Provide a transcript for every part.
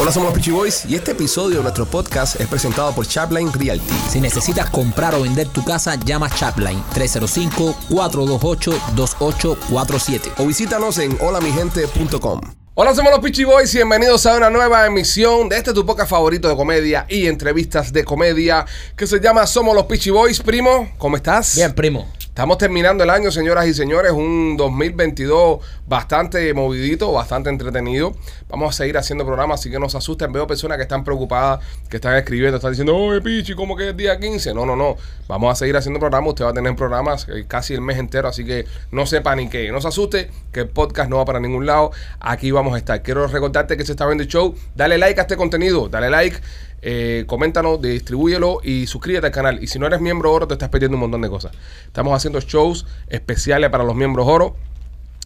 Hola, somos los Peachy Boys y este episodio de nuestro podcast es presentado por Chapline Realty. Si necesitas comprar o vender tu casa, llama Chapline 305-428-2847. O visítanos en holamigente.com. Hola, somos los Peachy Boys y bienvenidos a una nueva emisión de este tu podcast favorito de comedia y entrevistas de comedia que se llama Somos los Peachy Boys. Primo, ¿cómo estás? Bien, primo. Estamos terminando el año, señoras y señores, un 2022 bastante movidito, bastante entretenido. Vamos a seguir haciendo programas, así que no se asusten. Veo personas que están preocupadas, que están escribiendo, están diciendo, oye, Pichi, ¿cómo que es día 15? No, no, no. Vamos a seguir haciendo programas. Usted va a tener programas eh, casi el mes entero, así que no se panique. No se asuste, que el podcast no va para ningún lado. Aquí vamos a estar. Quiero recordarte que se está viendo el show. Dale like a este contenido, dale like. Eh, coméntanos, distribúyelo y suscríbete al canal. Y si no eres miembro oro, te estás perdiendo un montón de cosas. Estamos haciendo shows especiales para los miembros oro.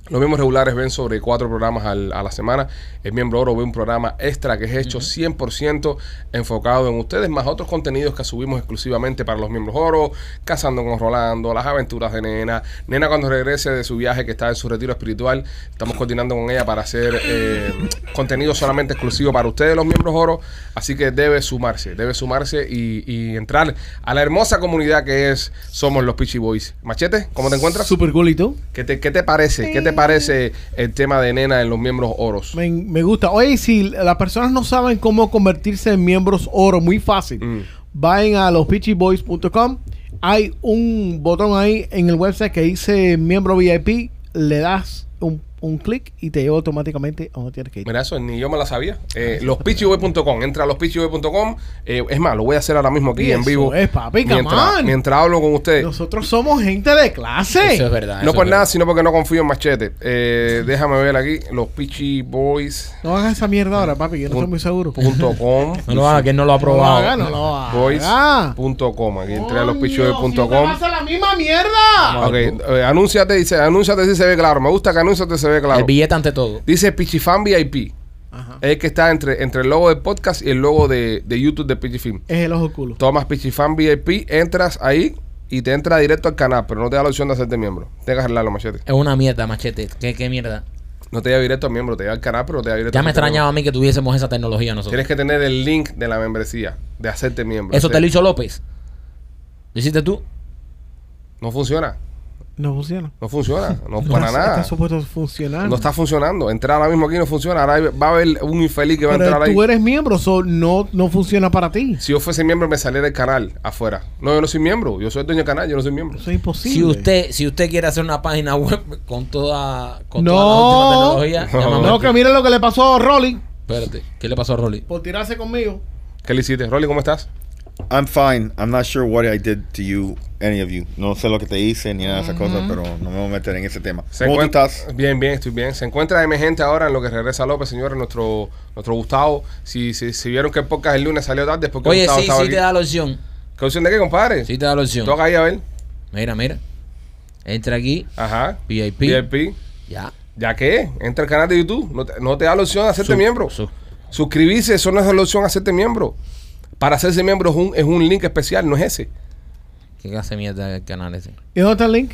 Los miembros regulares ven sobre cuatro programas al- a la semana. El miembro oro ve un programa extra que es hecho 100% enfocado en ustedes, más otros contenidos que subimos exclusivamente para los miembros oro, Cazando con Rolando, las aventuras de Nena. Nena cuando regrese de su viaje que está en su retiro espiritual, estamos coordinando con ella para hacer eh, contenido solamente exclusivo para ustedes, los miembros oro. Así que debe sumarse, debe sumarse y, y entrar a la hermosa comunidad que es Somos los Peachy Boys. Machete, ¿cómo te encuentras? Super cool y tú. ¿Qué te, qué te parece? ¿Qué te parece el tema de nena en los miembros oros? Me, me gusta. Oye, si las personas no saben cómo convertirse en miembros oro, muy fácil. Mm. Vayan a lospitchyboys.com. Hay un botón ahí en el website que dice miembro VIP. Le das un, un clic y te lleva automáticamente a donde tienes que ir. Mira, eso ni yo me la sabía. Ah, Eh, lospitchyboy.com. Entra a lospitchyboy.com. Eh, es más, lo voy a hacer ahora mismo aquí Y en eso vivo. es, papi, come mientras, on. mientras hablo con ustedes. Nosotros somos gente de clase. Eso es verdad. no eso por es nada, verdad. sino porque no confío en Machete. Eh, déjame ver aquí. Lospitchyboys.com. No hagas esa mierda ahora, papi. Yo no estoy muy seguro. No lo haga, que él no lo ha No lo probado. hagas, no lo hagas. Boys.com. Aquí entré a Coño, si no te lospitchyboys.com. vas a la misma mierda! Ok, eh, anúnciate, dice, anúnciate si se ve claro. Me gusta que anúnciate se ve claro. El billete ante todo. Dice Pichifan VIP. Es el que está entre, entre el logo del podcast y el logo de, de YouTube de Pichifilm. Es el ojo culo. Tomas Pichifan VIP, entras ahí y te entra directo al canal, pero no te da la opción de hacerte miembro. Tienes que arreglarlo, machete. Es una mierda, machete. ¿Qué, qué mierda? No te lleva directo al miembro, te lleva al canal, pero no te lleva directo Ya al me miembro. extrañaba a mí que tuviésemos esa tecnología nosotros. Tienes que tener el link de la membresía, de hacerte miembro. Eso Sí. te lo hizo López. ¿Lo hiciste tú? No funciona, No funciona. no funciona, no No para está- nada. Está supuesto funcionar. No está funcionando. Entrar ahora mismo aquí no funciona. Ahora hay- va a haber un infeliz que va a Pero entrar ahí. tú eres miembro, so no, no funciona para ti. Si yo fuese miembro, me saliera el canal afuera. No, yo no soy miembro. Yo soy dueño del canal, yo no soy miembro. Eso es imposible. Si usted, si usted quiere hacer una página web con toda, con No. toda la última tecnología, No. llámame a No, ti. que mire lo que le pasó a Rolly Espérate, ¿qué le pasó a Rolly? por tirarse conmigo. ¿Qué le hiciste? Rolly, ¿cómo estás? I'm fine. I'm not sure what I did to you, any of you. No sé lo que te hice ni nada de esas cosas, pero no me voy a meter en ese tema. ¿Cómo tú encuentra- estás? Bien, bien, estoy bien. Se encuentra M gente ahora en lo que regresa López, señores, nuestro, nuestro Gustavo. Si, si, si vieron que el podcast el lunes salió tarde, es porque Oye, Gustavo sí, estaba sí aquí. te da la opción. ¿Qué opción de qué, compadre? Sí te da la opción. Toca ahí a ver. Mira, mira. Entra aquí, Ajá. VIP. VIP. ya. ¿Ya qué? Entra al canal de YouTube. No te, no te da la opción de hacerte Su- miembro. su- Suscribirse, eso no es la opción de hacerte miembro. Para hacerse miembro es un, es un link especial, no es ese. ¿Qué clase de mierda el canal ese? ¿Y dónde está el link?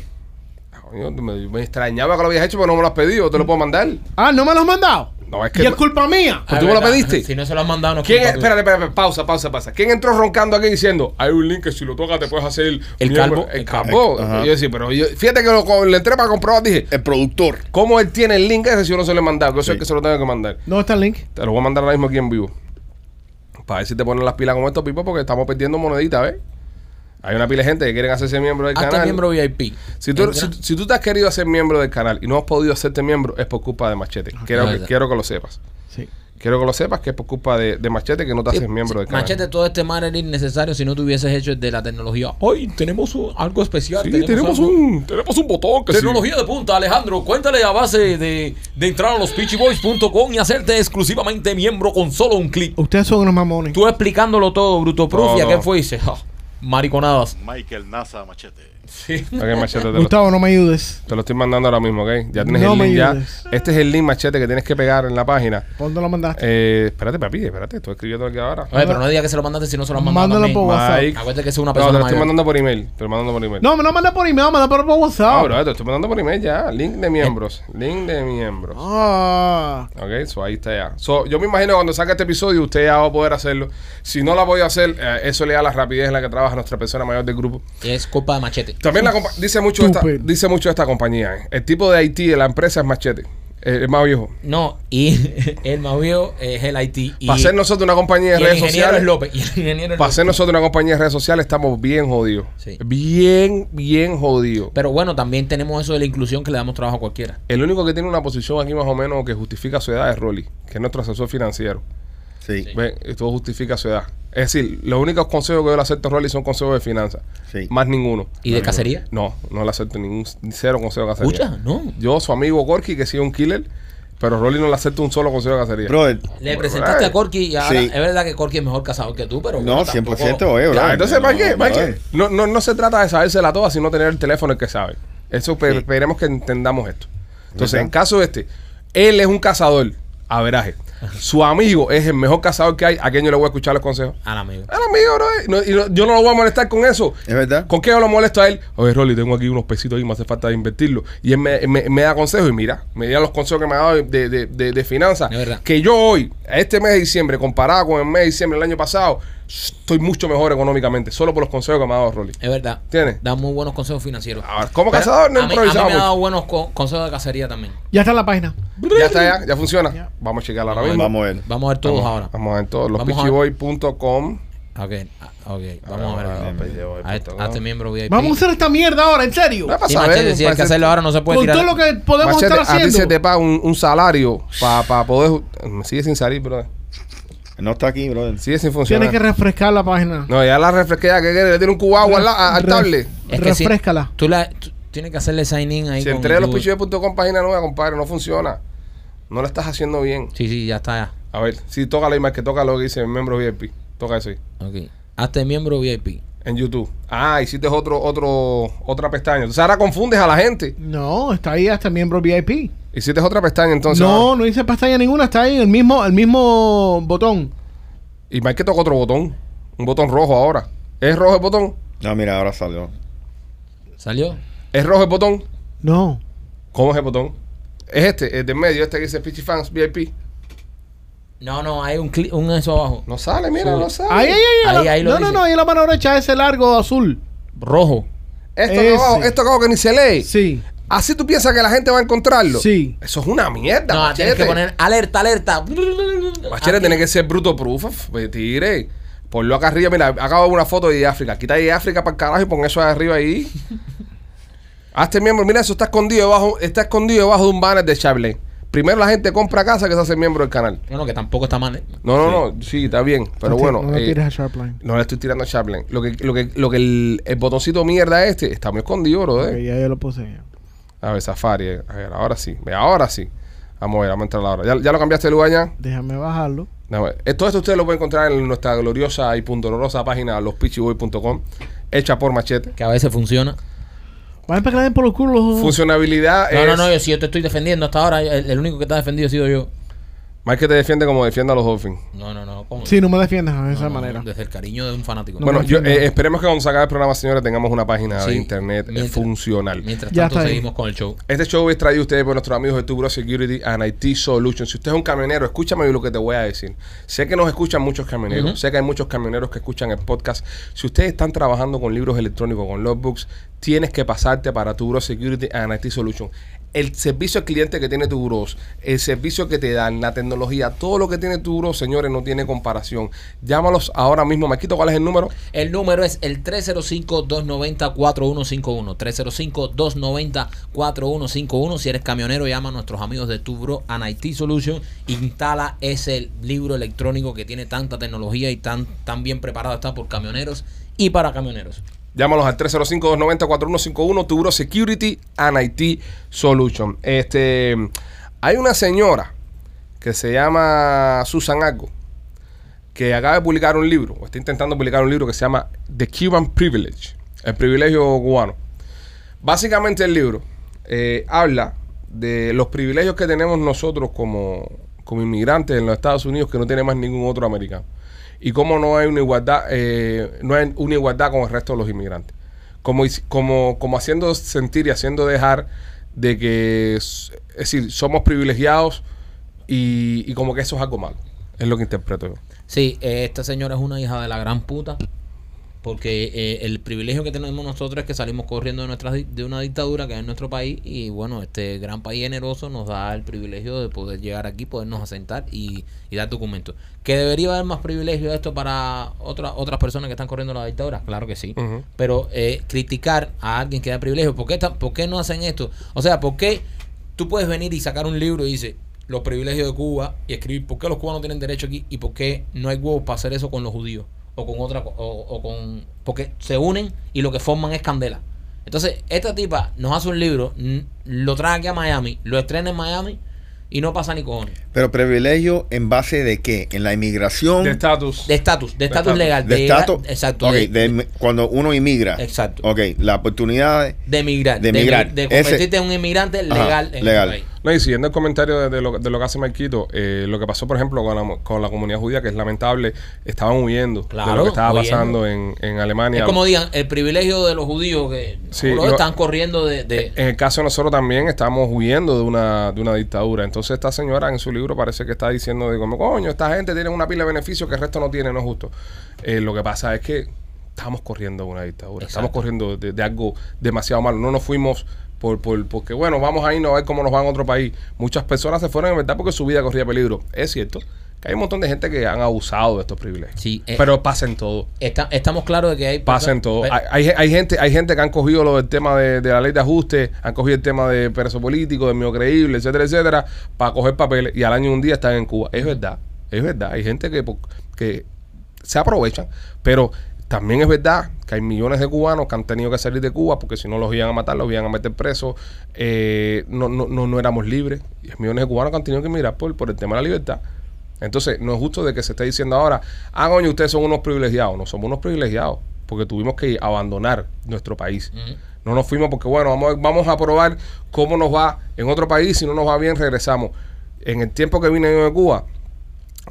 Coño, me, me extrañaba que lo habías hecho, pero no me lo has pedido. Te lo puedo mandar. Ah, ¿no me lo has mandado? No, es que- Y es culpa mía. ¿Pero tú me lo verdad, pediste? Si no se lo han mandado, no es ¿Quién, culpa tuya. espérate, espérate, espérate, pausa, pausa, pausa. ¿Quién entró roncando aquí diciendo, hay un link que si lo tocas te puedes hacer el, El miembro"? calvo. El calvo. Ajá. Yo decía, pero yo, fíjate que lo, co- le entré para comprobar, dije, El productor. ¿cómo él tiene el link ese si yo no se lo he mandado? Yo soy el Sí. que se lo tengo que mandar. ¿Dónde está el link? Te lo voy a mandar ahora mismo aquí en vivo. Para ver si te ponen las pilas como estos pipos, porque estamos perdiendo moneditas, ¿ves? Hay una pila de gente que quieren hacerse miembro del Hazte canal. miembro VIP. Si tú, Entra. si, si tú te has querido hacer miembro del canal y no has podido hacerte miembro, es por culpa de Machete. Quiero, que, Verdad. quiero que lo sepas. Sí. Quiero que lo sepas que es por culpa de, de Machete que no te Sí, haces miembro sí, del canal. Machete todo este marketing necesario si no te hubieses hecho el de la tecnología. Hoy tenemos un- algo especial. Sí, tenemos algo- un, tenemos un botón que sí. Tecnología de punta, Alejandro. Cuéntale a base de, de entrar a los pitchyboys.com y hacerte exclusivamente miembro con solo un clic. Ustedes son unos mamones. Tú explicándolo todo, Bruto Oh. Proof, No, y a qué no. fue y dices, "Ja, mariconadas. Michael Nasa Machete. Sí. Ok, machete, te lo, Gustavo, no me ayudes. te lo estoy mandando ahora mismo, ¿ok? Ya tienes No el me link ya. ayudes. Este es el link machete que tienes que pegar en la página. ¿Cuándo lo mandaste? Eh, espérate, papi, espérate, estoy escribiendo aquí ahora. Oye, pero no digas que se lo mandaste si no se lo han mandado. Mándalo también. por WhatsApp. Mike. Acuérdate que soy una No, te lo persona estoy mayor. mandando por email. Te lo mando por email. No, me lo manda por email, manda por Ah, WhatsApp. bro, te lo estoy mandando por email ya. Link de miembros. Eh. Link de miembros. Ah. Ok, so ahí está ya. So, yo me imagino cuando salga este episodio usted ya va a poder hacerlo. Si no la voy a hacer, eh, eso le da la rapidez en la que trabaja nuestra persona mayor del grupo. Es culpa de machete. También la compa- dice mucho esta, Estúpido. dice mucho esta compañía. eh. El tipo de Haití de la empresa es Machete, eh, el más viejo. No, y el eh, más viejo es el IT. Y, Para ser nosotros una compañía de y el redes ingeniero es sociales, López. Y el ingeniero es para ser López. nosotros una compañía de redes sociales estamos bien jodidos. Sí. Bien, bien jodidos. Pero bueno, también tenemos eso de la inclusión que le damos trabajo a cualquiera. El único que tiene una posición aquí más o menos que justifica su edad es Rolly, que es nuestro asesor financiero. Sí, Ve, esto justifica su edad. Es decir, los únicos consejos que yo le acepto a Rolly son consejos de finanzas. sí. Más ninguno. ¿Y de cacería? No, no le acepto ningún cero consejo de cacería. Escucha, no. Yo, su amigo Gorky, que sí es un killer, pero Rolly no le acepta un solo consejo de cacería. Brother, Le presentaste a Corky y ahora Sí. es verdad que Corky es mejor cazador que tú, pero. no, bueno, tampoco- 100%, eh, Ya, brother. entonces, No, ¿para qué? no, ¿Para brother. qué? No, no, no se trata de sabérsela toda, sino tener el teléfono el que sabe. Eso pe- Sí. esperemos que entendamos esto. Entonces, Ajá. en caso de este, él es un cazador a veraje. Su amigo es el mejor cazador que hay. ¿A quién yo le voy a escuchar los consejos? Al Ah, amigo. Al amigo, bro. y no- y no- yo no lo voy a molestar con eso. Es verdad. ¿Con qué yo lo molesto a él? Oye, Rolly, tengo aquí unos pesitos ahí, me hace falta invertirlo. Y él me, me- me da consejos y mira, me da los consejos que me ha dado de, de, de- de finanzas. Es verdad. Que yo hoy, a este mes de diciembre, comparado con el mes de diciembre del año pasado, estoy mucho mejor económicamente, solo por los consejos que me ha dado Rolly. Es verdad. ¿Tiene? Da muy buenos consejos financieros. Ahora, como Pero cazador Ah, no a mí, a mí me improvisamos. ha dado buenos co- consejos de cacería también. Ya está en la página. Ya está, ya, ya funciona. Ya. Vamos a checarla ahora Vamos mismo. Vamos a ver. Vamos a ver todos ahora. Vamos a ver todos los Vamos a- pichiboy.com. Ok, ah, ok. Vamos ver, a vamos ver. a ver, A este- a este miembro VIP. Vamos a usar esta mierda ahora, en serio. No es para Sí, saber, machete, si hay que ¿eh? parece- hacerlo ahora no se puede Con tirar. todo lo que podemos Machete, estar a ti se haciendo. te paga un, un salario para poder. Me sigue sin salir, brother. No está aquí, brother. Sigue sin Tienes funcionar. que refrescar la página. No, ya la refresqué, ya que quiere, le tiene un cubo agua al, la- al Ref- tablet. Es que si- Refréscala. tú, la, tú tienes que hacerle sign in ahí. Si con entré a tu- los pichiboy.com, página nueva, compadre, no funciona. No la estás haciendo bien. Sí, sí, ya está. ya. A ver, si toca la imagen que toca lo que dice miembro VIP. Toca eso ahí. Ok. Hazte miembro VIP. En YouTube. Ah, hiciste otro, otro, otra pestaña. Entonces ahora confundes a la gente. No, está ahí hasta miembro VIP. Hiciste otra pestaña entonces. ah, no, ahora. no hice pestaña ninguna, está ahí el mismo, el mismo botón. Y Mike toca otro botón. Un botón rojo ahora. ¿Es rojo el botón? No, mira, ahora salió. ¿Salió? ¿Es rojo el botón? No. ¿Cómo es el botón? Es este, el de en medio, este que dice Pichi Fans VIP. No, no, hay un, cli- un eso abajo. No sale, mira, Sube. no sale. Ahí, ahí, ahí. Ahí, la- ahí lo no, no, dice. no, ahí la mano derecha, ese largo azul. Rojo. Esto que abajo, Ese. esto que abajo que ni se lee. Sí. Así tú piensas que la gente va a encontrarlo. Sí. Eso es una mierda. No, machete. tienes que poner alerta, alerta. Machete tiene que ser bruto proof. f- pues, Tigre. Ponlo acá arriba. Mira, acabo de ver una foto de África. Quita de África para el carajo y pon eso ahí arriba ahí. Hazte miembro. Mira, eso está escondido debajo, está escondido debajo de un banner de Chaplin. Primero la gente compra casa que se hace miembro del canal. Bueno, que tampoco está mal. ¿eh? No, no, no. Sí, está bien. Pero No te- bueno. No le eh, tires a Sharpline. no le estoy tirando a Chaplin. Lo que, lo que, lo que el, el botoncito mierda este está muy escondido, bro. eh. Ok, ya yo lo puse. A ver, Safari. eh. A ver, ahora sí. Ve, Ahora sí. Vamos a ver, vamos a entrar ahora. ¿Ya, ya lo cambiaste de lugar ya? Déjame bajarlo. No, eh, todo esto ustedes lo pueden encontrar en nuestra gloriosa y dolorosa página lospichiboy.com, hecha por machete. Que a veces funciona. Van a que le den por los culos. los- Funcionabilidad No, es... no, no, yo, si yo te estoy defendiendo hasta ahora, el, el único que te ha defendido he sido yo. Mike que te defiende como defiende a los Dolphins. No, no, no. ¿cómo? Sí, no me defiendas de esa No, no, manera. Desde el cariño de un fanático. No bueno, me yo, defiendo. eh, esperemos que cuando se acabe el programa, señores, tengamos una página de Sí, internet eh, mientras- funcional. Mientras Ya tanto, está ahí. seguimos con el show. Este show es traído a ustedes por nuestros amigos de Tubro Security and IT Solutions. Si usted es un camionero, escúchame lo que te voy a decir. Sé que nos escuchan muchos camioneros, Ujú. sé que hay muchos camioneros que escuchan el podcast. Si ustedes están trabajando con libros electrónicos, con logbooks, tienes que pasarte para Tubro Security and IT Solutions. El servicio al cliente que tiene Tubro, el servicio que te dan, la tecnología, todo lo que tiene Tubro, señores, no tiene comparación. Llámalos ahora mismo. Maquito, ¿cuál es el número? El número es el 305-290-4151. 305-290-4151. Si eres camionero, llama a nuestros amigos de Tubro and IT Solution. Instala ese libro electrónico que tiene tanta tecnología y tan, tan bien preparado está por camioneros y para camioneros. Llámalos al 305-290-4151, Tubro Security and IT Solution. Este, hay una señora que se llama Susan Algo, que acaba de publicar un libro, o está intentando publicar un libro que se llama The Cuban Privilege, el privilegio cubano. Básicamente el libro eh, habla de los privilegios que tenemos nosotros como, como inmigrantes en los Estados Unidos que no tiene más ningún otro americano. Y cómo no hay una igualdad, eh, no hay una igualdad con el resto de los inmigrantes. Como, hic- como, como haciendo sentir y haciendo dejar de que, es es decir, somos privilegiados y, y como que eso es algo malo. Es lo que interpreto yo. Sí, eh, esta señora es una hija de la gran puta. Porque eh, el privilegio que tenemos nosotros es que salimos corriendo de nuestra, di- de una dictadura que es nuestro país y bueno, este gran país generoso nos da el privilegio de poder llegar aquí, podernos asentar y, y dar documentos. ¿Que debería haber más privilegio esto para otra, otras personas que están corriendo la dictadura? Claro que sí. Ujú. Pero eh, criticar a alguien que da privilegio, ¿por qué, esta- ¿por qué no hacen esto? O sea, ¿por qué tú puedes venir y sacar un libro y dice los privilegios de Cuba y escribir por qué los cubanos tienen derecho aquí y por qué no hay huevos para hacer eso con los judíos o con otra co- o, o con porque se unen y lo que forman es candela. Entonces, esta tipa nos hace un libro, n- lo trae aquí a Miami, lo estrena en Miami y no pasa ni cojones. Pero privilegio en base de qué? En la inmigración. De estatus. De estatus, de estatus estatus. legal. de llegar- estatus. Exacto. Ok, de- de inmi- cuando uno inmigra. Exacto. Ok, la oportunidad. de emigrar. De mi- emigrar. De, Ese- convertirte en un inmigrante Ajá, legal en el legal. país. No, y siguiendo el comentario de, de lo, de lo que hace Marquito, eh, lo que pasó, por ejemplo, con la, mo- con la comunidad judía, que es lamentable, estaban huyendo de Claro, lo que estaba huyendo. pasando en, en Alemania. Es como digan, el privilegio de los judíos que Sí, Eh, bro, lo- están corriendo de... de- en el caso de nosotros también estamos huyendo de una, de una dictadura. Entonces esta señora en su libro parece que está diciendo de como, coño, esta gente tiene una pila de beneficios que el resto no tiene, no es justo. Eh, lo que pasa es que estamos corriendo de una dictadura, estamos Exacto. corriendo de, de algo demasiado malo. No nos fuimos por, por porque, bueno, vamos a irnos a ver cómo nos va en otro país. Muchas personas se fueron en verdad porque su vida corría peligro. Es cierto que hay un montón de gente que han abusado de estos privilegios. Sí, eh. pero pasen todo. Está- estamos claros de que hay... personas- Pasen todo. pe- Hay, hay, hay gente, hay gente que han cogido lo del tema de, de la ley de ajuste, han cogido el tema de preso político, de mío creíble, etcétera, etcétera, para coger papeles y al año y un día están en Cuba. Es verdad, es verdad. Hay gente que, po- que se aprovechan, pero también es verdad que hay millones de cubanos que han tenido que salir de Cuba porque si no los iban a matar, los iban a meter presos, eh, no, no, no, no éramos libres. Y hay millones de cubanos que han tenido que mirar por, por el tema de la libertad. Entonces, no es justo de que se esté diciendo ahora, ah, coño, ustedes son unos privilegiados. No somos unos privilegiados, porque tuvimos que abandonar nuestro país. Ujú. No nos fuimos porque, bueno, vamos, a- vamos a probar cómo nos va en otro país. Si no nos va bien, regresamos. En el tiempo que vine yo de Cuba,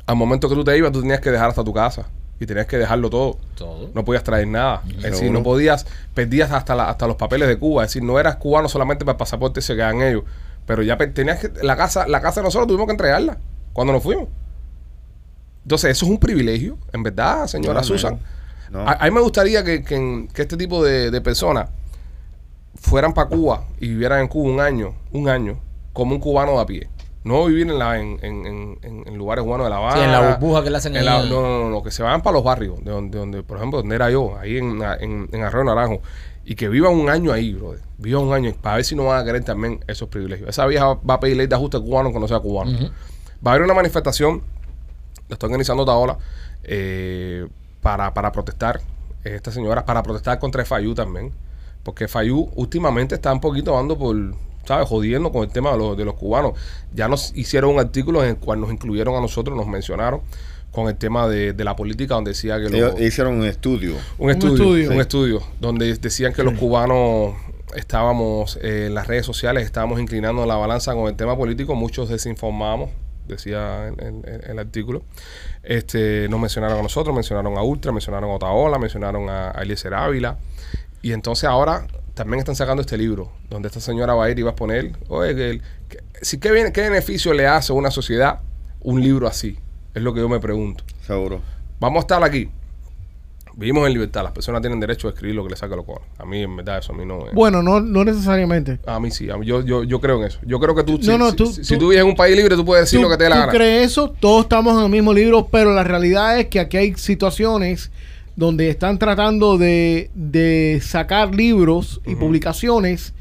al momento que tú te ibas, tú tenías que dejar hasta tu casa y tenías que dejarlo todo. Todo. No podías traer nada. Es decir, Seguro. no podías, perdías hasta, la- hasta los papeles de Cuba. Es decir, no eras cubano solamente para el pasaporte se quedan ellos. Pero ya per- tenías que, la casa, la casa nosotros tuvimos que entregarla cuando nos fuimos. Entonces, eso es un privilegio, en verdad, señora No, Susan. no, no. A, a mí me gustaría que, que en- que este tipo de, de personas fueran para Cuba y vivieran en Cuba un año, un año, como un cubano de a pie. No vivir en, la, en, en- en- en- en lugares cubanos de La Habana. Sí, en la burbuja que le hacen en la- ahí. no, no, no, no, que se vayan para los barrios, de donde, de donde, por ejemplo, donde era yo, ahí en, en, en Arroyo Naranjo, y que vivan un año ahí, brother. Vivan un año, para ver si no van a querer también esos privilegios. Esa vieja va a pedir ley de ajuste cubano que no sea cubano. Ujú. Va a haber una manifestación, la está organizando Taola, eh, para, para protestar, eh, esta señora, para protestar contra Fayú también. Porque Fayú últimamente está un poquito dando por, ¿sabes? Jodiendo con el tema de los, de los cubanos. Ya nos hicieron un artículo en el cual nos incluyeron a nosotros, nos mencionaron con el tema de, de la política, donde decía que Ellos los, hicieron un estudio. un Un estudio, un estudio, estudio. Sí. donde decían que los cubanos estábamos eh, en las redes sociales, estábamos inclinando la balanza con el tema político, muchos desinformamos, decía el, el- el artículo. Este, nos mencionaron a nosotros, mencionaron a Ultra, mencionaron a Otaola, mencionaron a, a Eliezer Ávila. Y entonces ahora también están sacando este libro, donde esta señora va a ir y va a exponer, oye, que, el- que- si, ¿qué, bien- ¿qué beneficio le hace a una sociedad un libro así? Es lo que yo me pregunto. Seguro. Vamos a estar aquí. Vivimos en libertad. Las personas tienen derecho a escribir lo que les saca los cojones. A mí, en verdad, eso a mí no. eh. Bueno, no, no necesariamente. A mí sí. a mí- yo, yo, yo creo en eso. Yo creo que tú, si, No, no, si- tú- si- si tú- tú vives en un país libre, tú puedes decir lo que te dé la tú gana. crees eso, todos estamos en el mismo libro, pero la realidad es que aquí hay situaciones donde están tratando de, de sacar libros y publicaciones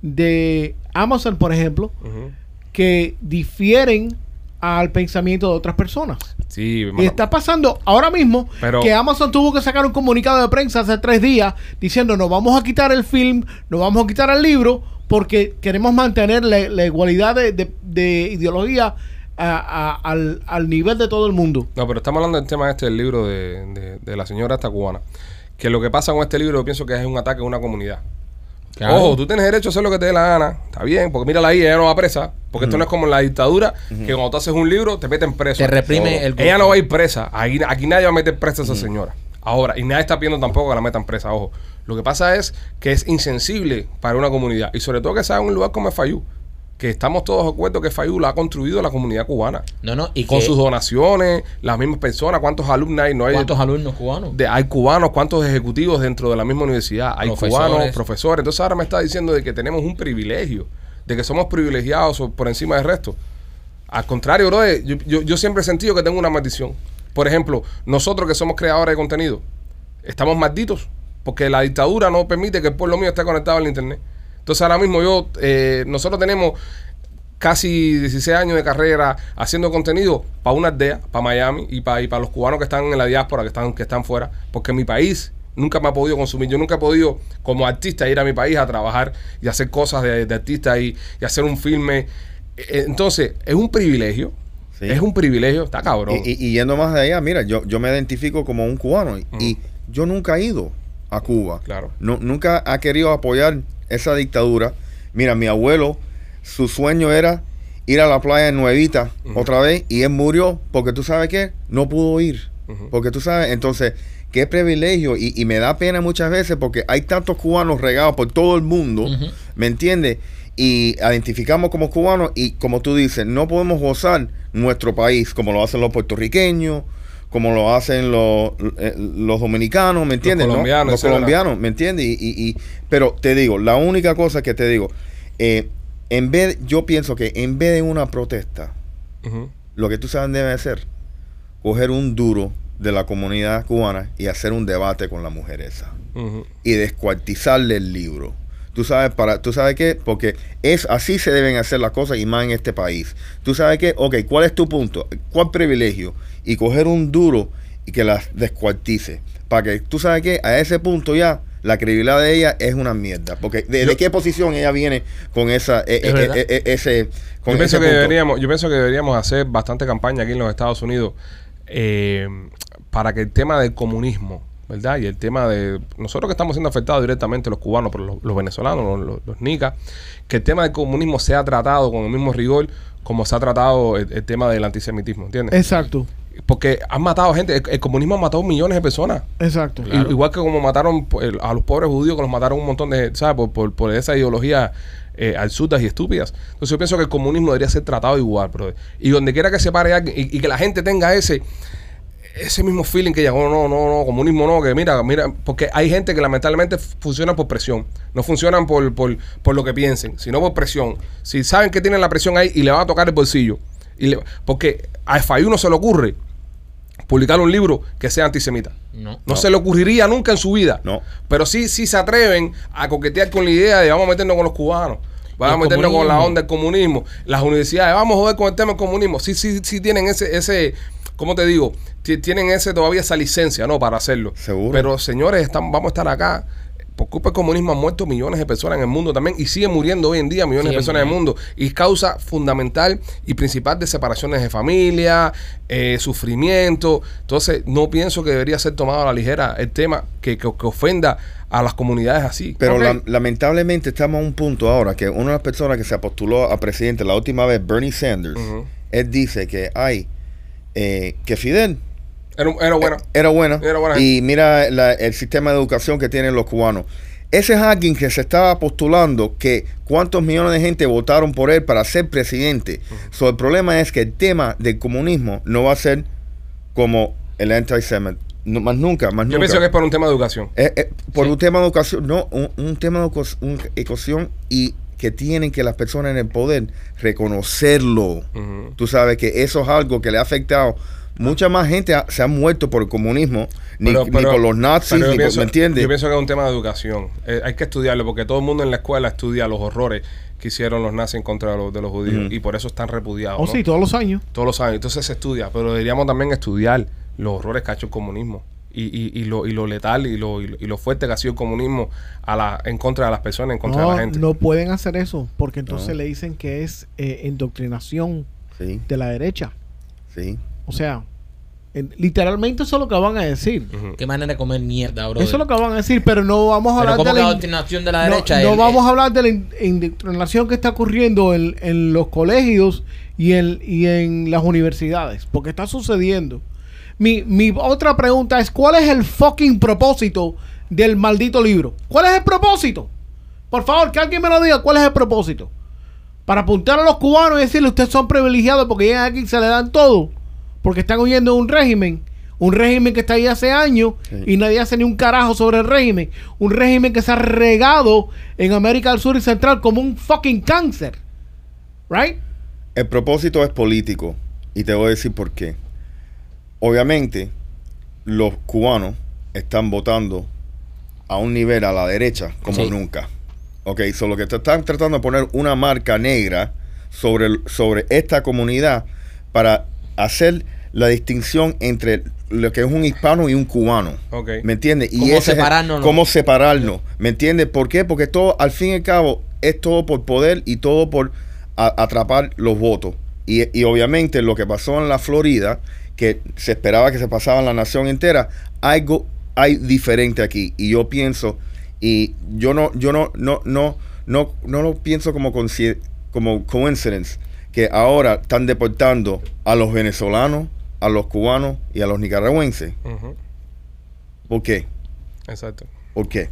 de Amazon, por ejemplo, Ujú. que difieren al pensamiento de otras personas. Sí, Y hermano. está pasando ahora mismo Pero- que Amazon tuvo que sacar un comunicado de prensa hace tres días diciendo nos vamos a quitar el film, nos vamos a quitar el libro porque queremos mantener la, la igualdad de, de- de ideología a- a- al, al nivel de todo el mundo. No, pero estamos hablando del tema este del libro de, de- de la señora esta cubana. Que lo que pasa con este libro, yo pienso que es un ataque a una comunidad. Claro. Ojo, tú tienes derecho a hacer lo que te dé la gana. Está bien, porque mírala ahí, ella no va presa. Porque esto no es como en la dictadura, que cuando tú haces un libro te meten preso. Te reprime No. el Ella no va a ir presa. Ahí- Aquí, nadie va a meter presa a esa señora. Ahora, y nadie está pidiendo tampoco que la metan presa, ojo. Lo que pasa es que es insensible para una comunidad. Y sobre todo que sea en un lugar como es Fayú. Que estamos todos de acuerdo que Fayú la ha construido la comunidad cubana. No, no, y con que- sus donaciones, las mismas personas, cuántos alumnos hay, no hay ¿Cuántos alumnos cubanos? de- hay cubanos, cuántos ejecutivos dentro de la misma universidad, hay Profesores. cubanos, profesores. Entonces ahora me está diciendo de que tenemos un privilegio, de que somos privilegiados o por encima del resto. Al contrario, bro, yo, yo- yo siempre he sentido que tengo una maldición. Por ejemplo, nosotros que somos creadores de contenido, estamos malditos porque la dictadura no permite que el pueblo mío esté conectado al internet. Entonces ahora mismo yo, eh, nosotros tenemos casi 16 años de carrera haciendo contenido para una aldea, para Miami y para los cubanos que están en la diáspora, que están, que están fuera, porque mi país nunca me ha podido consumir. Yo nunca he podido, como artista, ir a mi país a trabajar y hacer cosas de, de artista y, y hacer un filme. Eh, Entonces, es un privilegio. Sí. Es un privilegio, está cabrón. Y, y- y yendo más de allá, mira, yo, yo me identifico como un cubano y, y yo nunca he ido a Cuba. Claro. Nu- nunca ha querido apoyar esa dictadura. Mira, mi abuelo, su sueño era ir a la playa de Nuevita otra vez y él murió porque tú sabes qué, no pudo ir. Ujú. Porque tú sabes, entonces, qué privilegio y, y me da pena muchas veces porque hay tantos cubanos regados por todo el mundo, Ujú. ¿me entiendes? Y identificamos como cubanos y como tú dices, no podemos gozar nuestro país como lo hacen los puertorriqueños, como lo hacen los, eh, los dominicanos, ¿me entiendes? no? colombianos, Los etcétera. colombianos, ¿me entiendes? Y, y- y- pero te digo, la única cosa que te digo, eh, en vez, yo pienso que en vez de una protesta, Ujú. lo que tú sabes debe hacer, coger un duro de la comunidad cubana y hacer un debate con la mujer esa Ujú. y descuartizarle el libro. Tú sabes para, tú sabes qué, porque es así se deben hacer las cosas y más en este país. Tú sabes qué, ok, ¿cuál es tu punto? ¿Cuál privilegio? Y coger un duro y que las descuartice. Para que tú sabes qué, a ese punto ya la credibilidad de ella es una mierda. Porque ¿de, de qué posición ella viene con esa e- Es e- verdad. e- e- ese con Yo pienso, ese que punto? deberíamos, yo pienso que deberíamos hacer bastante campaña aquí en los Estados Unidos eh, para que el tema del comunismo, ¿verdad? Y el tema de nosotros que estamos siendo afectados directamente, los cubanos, pero los, los venezolanos, los, los, los nicas, que el tema del comunismo sea tratado con el mismo rigor como se ha tratado el, el tema del antisemitismo, ¿entiendes? Exacto, Porque han matado gente, el, el comunismo ha matado millones de personas. exacto. I- Igual que como mataron po- el- a los pobres judíos, que los mataron un montón de, ¿sabes? Por, por, por esas ideologías eh, absurdas y estúpidas. Entonces yo pienso que el comunismo debería ser tratado igual, brother. Y donde quiera que se pare alguien y, y que la gente tenga ese ese mismo feeling que ya, oh, no, no, no, comunismo no, que mira, mira, porque hay gente que lamentablemente f- funciona por presión, no funcionan por, por, por lo que piensen, sino por presión. Si saben que tienen la presión ahí y le van a tocar el bolsillo, y le- porque a FAI no se le ocurre publicar un libro que sea antisemita. No. No, se le ocurriría nunca en su vida. No. Pero sí, sí se atreven a coquetear con la idea de vamos a meternos con los cubanos. Vamos a El meternos con la comunismo. onda del comunismo. Las universidades, vamos a joder con el tema del comunismo. Sí, sí, sí tienen ese, ese, ¿cómo te digo? Ti- Tienen ese todavía esa licencia, ¿no? Para hacerlo. Seguro. Pero señores, estamos, vamos a estar acá. Por culpa del comunismo han muerto millones de personas en el mundo también y siguen muriendo hoy en día millones de Siguen personas en el mundo. Y es causa fundamental y principal de separaciones de familia, eh, sufrimiento. Entonces, no pienso que debería ser tomado a la ligera el tema que, que- que ofenda a las comunidades así. Pero Ok. la- lamentablemente estamos a un punto ahora que una de las personas que se postuló a presidente la última vez, Bernie Sanders, Ujú. él dice que hay que Fidel Era, era bueno. eh, era buena, Era buena y mira la- el sistema de educación que tienen los cubanos. Ese es alguien que se estaba postulando que cuántos millones de gente votaron por él para ser presidente. So, el problema es que el tema del comunismo no va a ser como el antisemitismo. más nunca, más Yo nunca. pienso que es por un tema de educación. Eh, eh, por Sí. un tema de educación, no, un, un tema de educa- un- educación y que tienen que las personas en el poder reconocerlo. Ujú. Tú sabes que eso es algo que le ha afectado. Mucha más gente ha- se ha muerto por el comunismo, ni, Pero- ni pero- por los nazis, pero yo ni por- pienso- ¿me entiendes? Yo pienso que es un tema de educación. Eh, hay que estudiarlo porque todo el mundo en la escuela estudia los horrores que hicieron los nazis en contra de los, de los judíos Ujú. y por eso están repudiados. Oh, ¿no? sí, todos los años. Todos los años. Entonces se estudia, pero deberíamos también estudiar los horrores que ha hecho el comunismo y, y, y lo, y lo letal y lo, y, lo, y lo fuerte que ha sido el comunismo a la, en contra de las personas, en contra de No, la gente. Ah. no pueden hacer eso porque entonces No. le dicen que es eh, indoctrinación Sí, de la derecha. sí. O sea, En- literalmente eso es lo que van a decir. Mm. Qué manera de comer mierda, bro. Eso es lo que van a decir, pero no vamos a Pero hablar como de que la la in- adoctrinación de la no, derecha. no el- vamos el- a hablar de la in- indoctrinación que está ocurriendo en, en los colegios y en, y en las universidades, porque está sucediendo. Mi, mi otra pregunta es, ¿cuál es el fucking propósito del maldito libro? ¿Cuál es el propósito? Por favor, que alguien me lo diga, ¿cuál es el propósito? Para apuntar a los cubanos y decirle, ustedes son privilegiados porque llegan aquí y se le dan todo, porque están huyendo de un régimen. Un régimen que está ahí hace años Sí. y nadie hace ni un carajo sobre el régimen. Un régimen que se ha regado en América del Sur y Central como un fucking cáncer. ¿Right? El propósito es político y te voy a decir por qué. Obviamente, los cubanos están votando a un nivel a la derecha como Sí. nunca. Ok, solo que te están tratando de poner una marca negra sobre, el- sobre esta comunidad para hacer la distinción entre lo que es un hispano y un cubano. Ok. ¿Me entiendes? Y ¿Cómo ese es- separarnos, no? ¿Cómo separarnos? ¿Me entiendes? ¿Por qué? Porque todo, al fin y al cabo, es todo por poder y todo por a- atrapar los votos. Y, y obviamente lo que pasó en la Florida, que se esperaba que se pasaba en la nación entera, algo hay diferente aquí. Y yo pienso, y yo no, yo no, no, no, no, no lo pienso como, conci- como coincidence, que ahora están deportando a los venezolanos, a los cubanos y a los nicaragüenses. Ujú. ¿Por qué? Exacto. ¿Por qué?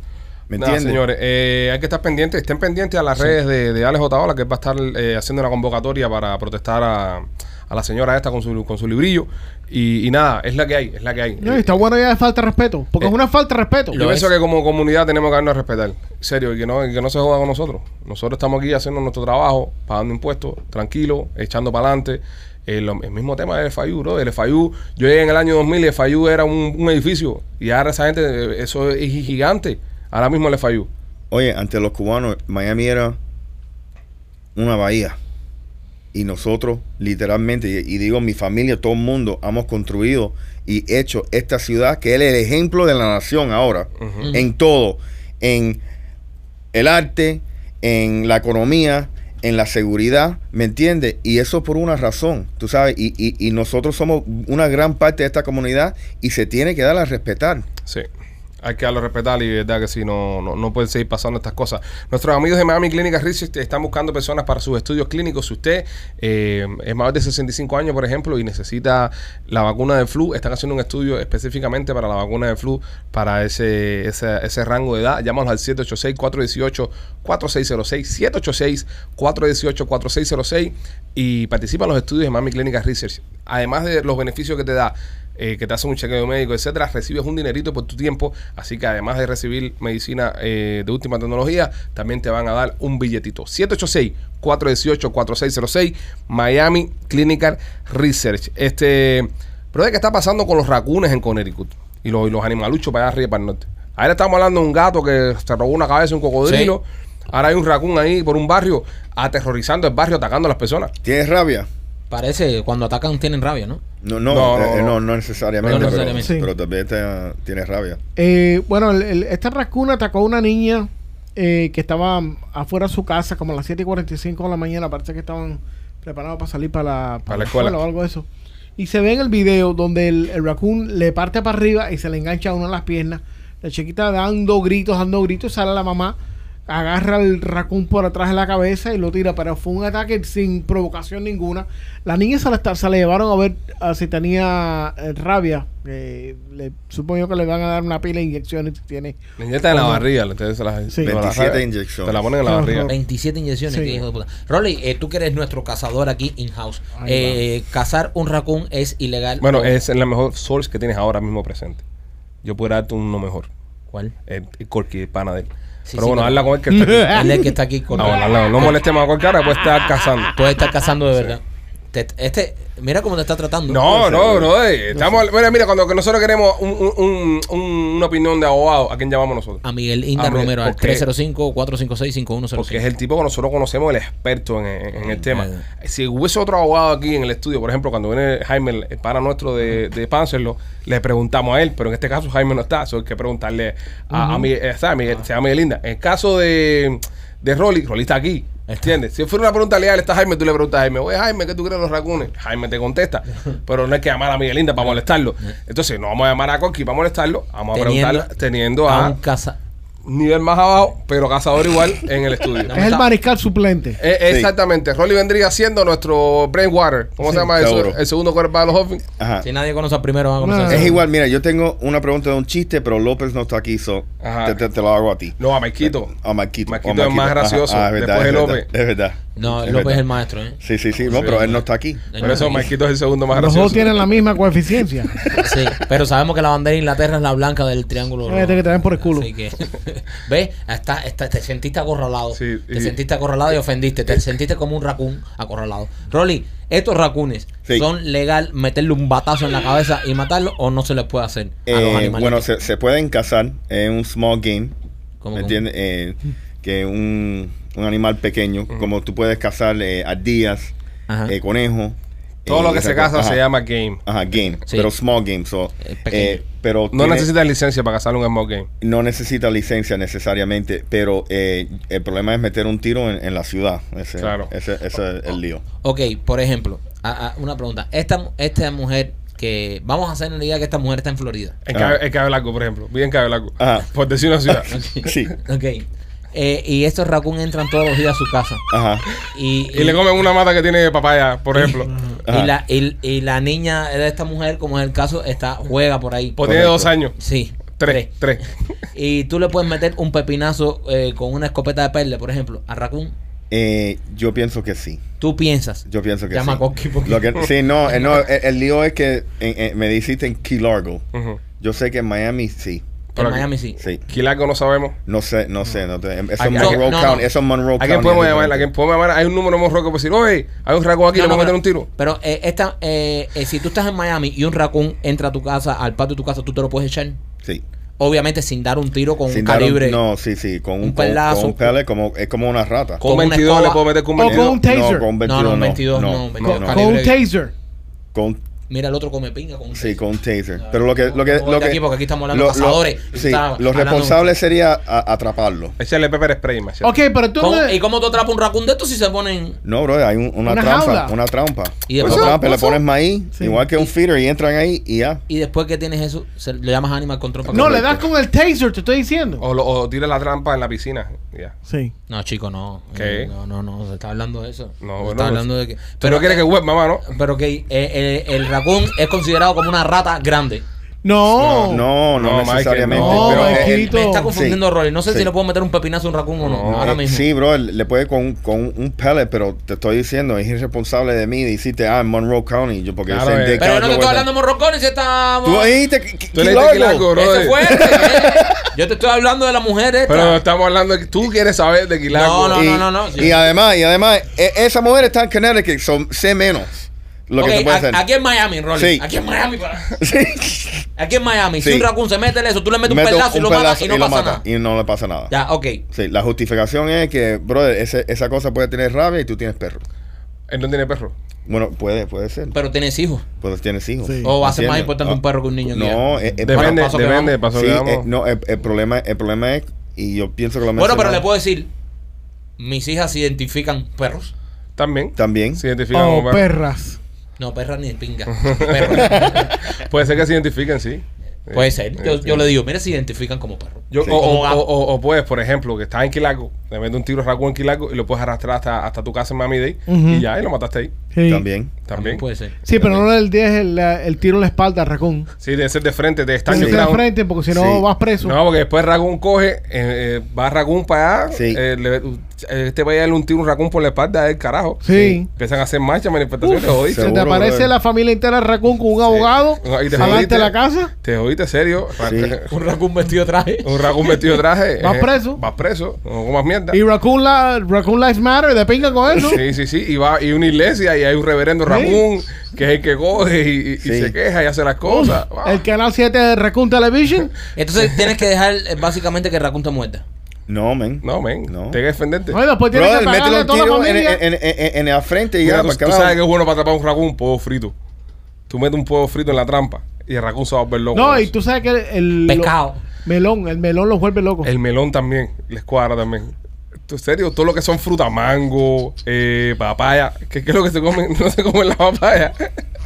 ¿Me Nada, entiendes? señores, eh, hay que estar pendientes, estén pendientes a las redes de, de Alex Otaola, que va a estar eh, haciendo una convocatoria para protestar a, a la señora esta con su, con su librillo. Y, y nada, es la que hay, es la que hay. No, Eh, y está bueno ya de falta de respeto, porque Eh, es una falta de respeto. Yo Lo pienso es. que como comunidad tenemos que darnos a respetar. En serio, y que no, y que no se joda con nosotros. Nosotros estamos aquí haciendo nuestro trabajo, pagando impuestos, tranquilo, echando para adelante. Eh, lo- El, mismo tema del FIU, bro. El FIU, yo llegué en el año 2000 y el FIU era un, un edificio. Y ahora esa gente, eh, eso es gigante. Ahora mismo el FIU. Oye, ante los cubanos, Miami era una bahía. Y nosotros, literalmente, y, y digo mi familia, todo el mundo, hemos construido y hecho esta ciudad que es el ejemplo de la nación ahora. Ujú. En todo. En el arte, en la economía, en la seguridad, ¿me entiendes? Y eso por una razón, tú sabes. Y, y- y nosotros somos una gran parte de esta comunidad y se tiene que dar a respetar. Sí. Hay que darlo a respetar y verdad que sí, no, no, no pueden seguir pasando estas cosas. Nuestros amigos de Miami Clínica Research están buscando personas para sus estudios clínicos. Si usted eh, es mayor de 65 años, por ejemplo, y necesita la vacuna de flu, están haciendo un estudio específicamente para la vacuna de flu, para ese, ese, ese rango de edad. Llámanos al 786-418-4606, 786-418-4606 y participa en los estudios de Miami Clínica Research. Además de los beneficios que te da eh, que te hacen un chequeo médico, etcétera, recibes un dinerito por tu tiempo. Así que además de recibir medicina eh, de última tecnología, también te van a dar un billetito. 786-418-4606, Miami Clinical Research. Este, pero ¿qué está pasando con los racunes en Connecticut? Y los, y los animaluchos para allá arriba y para el norte. Ahora estamos hablando de un gato que se robó una cabeza, un cocodrilo. Ahora hay un racún ahí por un barrio aterrorizando el barrio, atacando a las personas. ¿Tienes rabia? Parece cuando atacan tienen rabia, ¿no? No, no, No, eh, no, eh, no, no. no necesariamente, No pero- necesariamente. Pero, Sí. también te- tienes rabia. Eh, bueno, el- el- esta rascuna atacó a una niña eh, que estaba afuera de su casa, como a las 7 y 45 de la mañana. Parece que estaban preparados para salir para la, Para la escuela. o algo de eso. Y se ve en el video donde el, el raccoon le parte para arriba y se le engancha a una de las piernas. La chiquita dando gritos, dando gritos, sale la mamá, agarra al raccoon por atrás de la cabeza y lo tira. Pero fue un ataque sin provocación ninguna. La niña se la, está- se la llevaron a ver ah, si tenía eh, rabia. Eh, le, supongo yo que le van a dar una pila de inyecciones si tiene. Niñeta en la barriga, ustedes se las- Sí. te las 27 sacan, inyecciones. Te la ponen en la Qué barriga. horror. 27 inyecciones, Sí. qué hijo de puta. Rolly, eh, tú que eres nuestro cazador aquí in-house. Ahí Eh, cazar un raccoon es ilegal. Bueno, eh, ¿O es la mejor source que tienes ahora mismo presente. Yo pudiera darte uno mejor. ¿Cuál? El, el Corky, el pana de él. Sí, pero sí, bueno, pero- habla con él que está aquí. Él es el que está aquí con No, no, no, no molestemos a Corky ahora, puede estar cazando. Puede estar cazando de verdad. Te- este, mira cómo te está tratando. No, sé, no, bro. bro. eh, Estamos, mira, mira, cuando que nosotros queremos un- un- un- un- una opinión de abogado, ¿a quién llamamos nosotros? A Miguel Inda A Miguel, Romero, al porque- 305-456-5105. Porque es el tipo que nosotros conocemos, el experto en, en- en el tema. Ajá. Si hubiese otro abogado aquí en el estudio, por ejemplo, cuando viene Jaime, el- el pana nuestro de, de Panzerlo, le preguntamos a él, pero en este caso Jaime no está, eso hay que Ah. preguntarle a, a Miguel, eh, ¿sabe? Miguel- se llama Miguel Linda. En el caso de, de Rolly, Rolly está aquí. ¿Entiendes? Si fuera una pregunta leal, está Jaime, tú le preguntas a Jaime, oye Jaime, ¿qué tú crees de los racunes? Jaime te contesta, pero no hay que llamar a Miguelinda para molestarlo. Entonces, no vamos a llamar a Coqui para molestarlo, vamos a Teniendo- preguntarle teniendo a a un casa. nivel más abajo, pero cazador igual en el estudio. No. Es el mariscal suplente. Eh, eh, Exactamente, Rolly vendría siendo nuestro Brainwater. ¿Cómo se llama eso? seguro. El segundo quarterback de los Dolphins. Ajá. Si nadie conoce al primero, va a conocer No. al Es segundo. igual, mira, yo tengo una pregunta de un chiste, pero López no está aquí, so Ajá. te, te- te lo hago a ti. Eh, No, a Marquito. A Marquito. Marquito a es más gracioso, después de es López. verdad, es verdad. No, López Es es verdad. el maestro, ¿eh? Sí, sí, sí, no, pero él no está aquí. Por eso Marquito es el segundo más Los dos gracioso. tienen la misma coeficiencia. Sí, pero sabemos que la bandera de Inglaterra es la blanca del triángulo. rojo. Fíjate que te dan por el culo. Así que, ¿ves? Está, está- te sentiste acorralado. Sí, te y- sentiste acorralado y ofendiste. Te sentiste como un racún acorralado. Rolly, ¿estos racunes Sí. son legal meterle un batazo en la cabeza y matarlo o no se les puede hacer a los Eh, animales? bueno, se, se pueden cazar en un small game, ¿Cómo, cómo? ¿me entiendes? Eh, que un, un animal pequeño, como tú puedes cazar eh, ardillas, Ajá. eh, conejos. Todo eh, lo que esa se cosa. caza se Ajá. llama game. Ajá, game, Sí. pero small game. So, Eh, pequeño. eh, pero No tiene- necesitas licencia para cazar un small game. no necesita licencia necesariamente, pero eh, el problema es meter un tiro en, en la ciudad. Ese, Claro. ese, ese es el lío. Ok, por ejemplo, a- a- una pregunta. Esta, esta mujer que. Vamos a hacer una idea que esta mujer está en Florida. En, Ah. Cabe, en Cabe Blanco, por ejemplo. Bien en Cabe Blanco. Ajá. Por decir una ciudad. Sí. Ok. Eh, y estos racunes entran todos los días a su casa. Ajá. Y, y le comen una mata que tiene papaya, por ejemplo. Ajá. Y la, y, y la niña de esta mujer, como es el caso, está juega por ahí. Pues tiene Correcto. dos años. Sí. Tres, tres. Y tú le puedes meter un pepinazo eh, con una escopeta de perle, por ejemplo, a Raccoon. Eh, yo pienso que sí. Tú piensas. Yo pienso que Llama a sí. Coqui, porque- Lo que- sí, no, eh, no el, el lío es que en- en- me dijiste en Key Largo. Ujú. Yo sé que en Miami sí. Pero en aquí- Miami sí. Sí. Quilaco no sabemos. No sé, no sé. No te- eso, es Aquí- Monroe no, no. County, eso es Monroe ¿A County. quién podemos es llamar? ¿A quién diferente. podemos llamar? Hay un número de morroco para decir, oye, hay un raco aquí, No, le no, vamos a meter pero- un tiro. Pero eh, esta, eh, eh, si tú estás en Miami y un raccoon entra a tu casa, al patio de tu casa, tú te lo puedes echar. Sí. Obviamente sin dar un tiro con Sin un dar un- calibre. no, sí, sí. Con un, un con- pelazo. Con un pele, como, es como una rata. Con Con una 22 le escoba. puedo meter con O con 22. un taser. No, con No, 22 no, no. 22 no, no, 22 no. Con un taser. Con Mira, el otro come pinga con un Sí, taser. con un taser. Pero lo que. Lo que, Vamos de lo que aquí, porque este aquí estamos hablando de cazadores. sí, Está lo hablando- responsable sería a- atraparlo. Echarle pepper spray, machete. Ok, pero tú ¿Cómo- no- ¿Y cómo tú atrapas un raccoon de estos si se ponen No, bro, hay un- una, Una trampa. jaula. Una trampa. Y de Una paso- trampa, le paso. pones maíz, Sí. igual que un feeder, y entran ahí y ya. Y después que tienes eso, se- le llamas Animal Control para que No, lo- le das con el taser, te estoy diciendo. O, lo- o tira la trampa en la piscina. Ya. Sí. No, chico, no. ¿Qué? Eh, No, no, no, se está hablando de eso. No, se bueno, está hablando de que. eh, Pero quiere que web, mamá, ¿no? Pero que eh, eh, el raccoon es considerado como una rata grande. No. No, no, No, Michael, necesariamente. no, pero Michael. el- Me Quito. está confundiendo Sí, Rolly. No sé sí. si le puedo meter un pepinazo a un raccoon o no. No, ahora eh, mismo. Sí, bro, le puede con, un- con un- un pellet, pero te estoy diciendo, es irresponsable de mí. Dijiste, ah, en Monroe County, yo porque Claro, yo sé en eh. Dade Pero County, no te yo voy estoy a- hablando de morrocones, si estamos. Tú dijiste que- Tú que le dijiste que largo, largo. bro. Ese fuerte, eh. Yo te estoy hablando de la mujer esta. Pero estamos hablando de que tú quieres saber de Quilaco. No, no, y, no, no, sí. y además, y además, e- esa mujer está en Connecticut, son sé menos lo Ok, que se puede a- hacer. aquí en Miami, Rolly. Sí. Aquí en Miami. para- Sí. Aquí en Miami. Si Sí. un raccoon se mete en eso, tú le metes Mete un pelazo y lo matas pelazo y no pasa nada. Y no le pasa nada. Ya, ok. Sí, la justificación es que, brother, ese- esa cosa puede tener rabia y tú tienes perro. Él no tiene perro. Bueno, puede, puede ser. Pero tienes hijos. Pues tienes hijos. Sí. O va a ser ¿Entiendes? más importante un Ah, perro que un niño. No, que- es, es- Bueno, Depende, paso que depende, vamos. paso sí, que vamos. eh, no, el, el problema, el problema es, y yo pienso que lo Bueno, pero le mencionamos puedo decir, mis hijas se identifican perros. También. también. Se identifican Oh, como perro. perras. No, perras ni pinga. Perros. Puede ser que se identifiquen, sí. Puede Eh, ser. eh, Yo, sí. yo le digo, mira, se identifican como perros. Yo- Sí. o, o, Como gato. o- o- o puedes, por ejemplo, que estás en Quilaco, le metes un tiro raco en Quilaco y lo puedes arrastrar hasta, hasta tu casa en Miami Day Ujú. y ya, y lo mataste ahí. Sí. También. También. Puede ser. Sí, pero no le des el, eh, el tiro en la espalda, racón. Sí, debe ser de frente, de Tienes estaño. que ir al frente porque si no Sí. vas preso. No, porque después Raccoon coge, eh, eh, va Raccoon para allá, Sí. eh, le- uh, este va a darle un tiro a un Raccoon por la espalda del carajo. Sí. Empiezan a hacer marcha, manifestaciones, te Se jodiste. Seguro, te aparece brother. la familia entera de racón con un abogado. Ahí te Adelante jodiste. de la casa. Te jodiste, serio. Un raccoon vestido de traje. Un Raccoon vestido de traje. Vas eh, preso. Vas preso, no comas mierda. Y Raccoon, la, Raccoon Lives Matter, de pinga con eso. Sí, sí, sí. Y va y una iglesia y hay un reverendo Ramón que es el que coge y, y- y Sí. se queja y hace las Uf, cosas. Ah. Wow. El canal 7 de Raccoon Television. Entonces tienes que dejar eh, básicamente que el raccoon te muerda. No, men. No, men. No. Tienes que defenderte. Bueno, después tienes Brother, que pagarle métele a un toda la tiro en, familia. en, en, en- en la frente y Mira, ya, tú, para tú carajo. sabes que es bueno para atrapar un racún, pollo frito. Tú metes un pollo frito en la trampa y el racún se va a volver loco. no, con y eso. tú sabes que el... el- Pescado. melón, el melón los vuelve locos. El melón también, la escuadra también. En serio, todo lo que son fruta, mango, eh, papaya. ¿Qué, qué es lo que se come? No se come la papaya.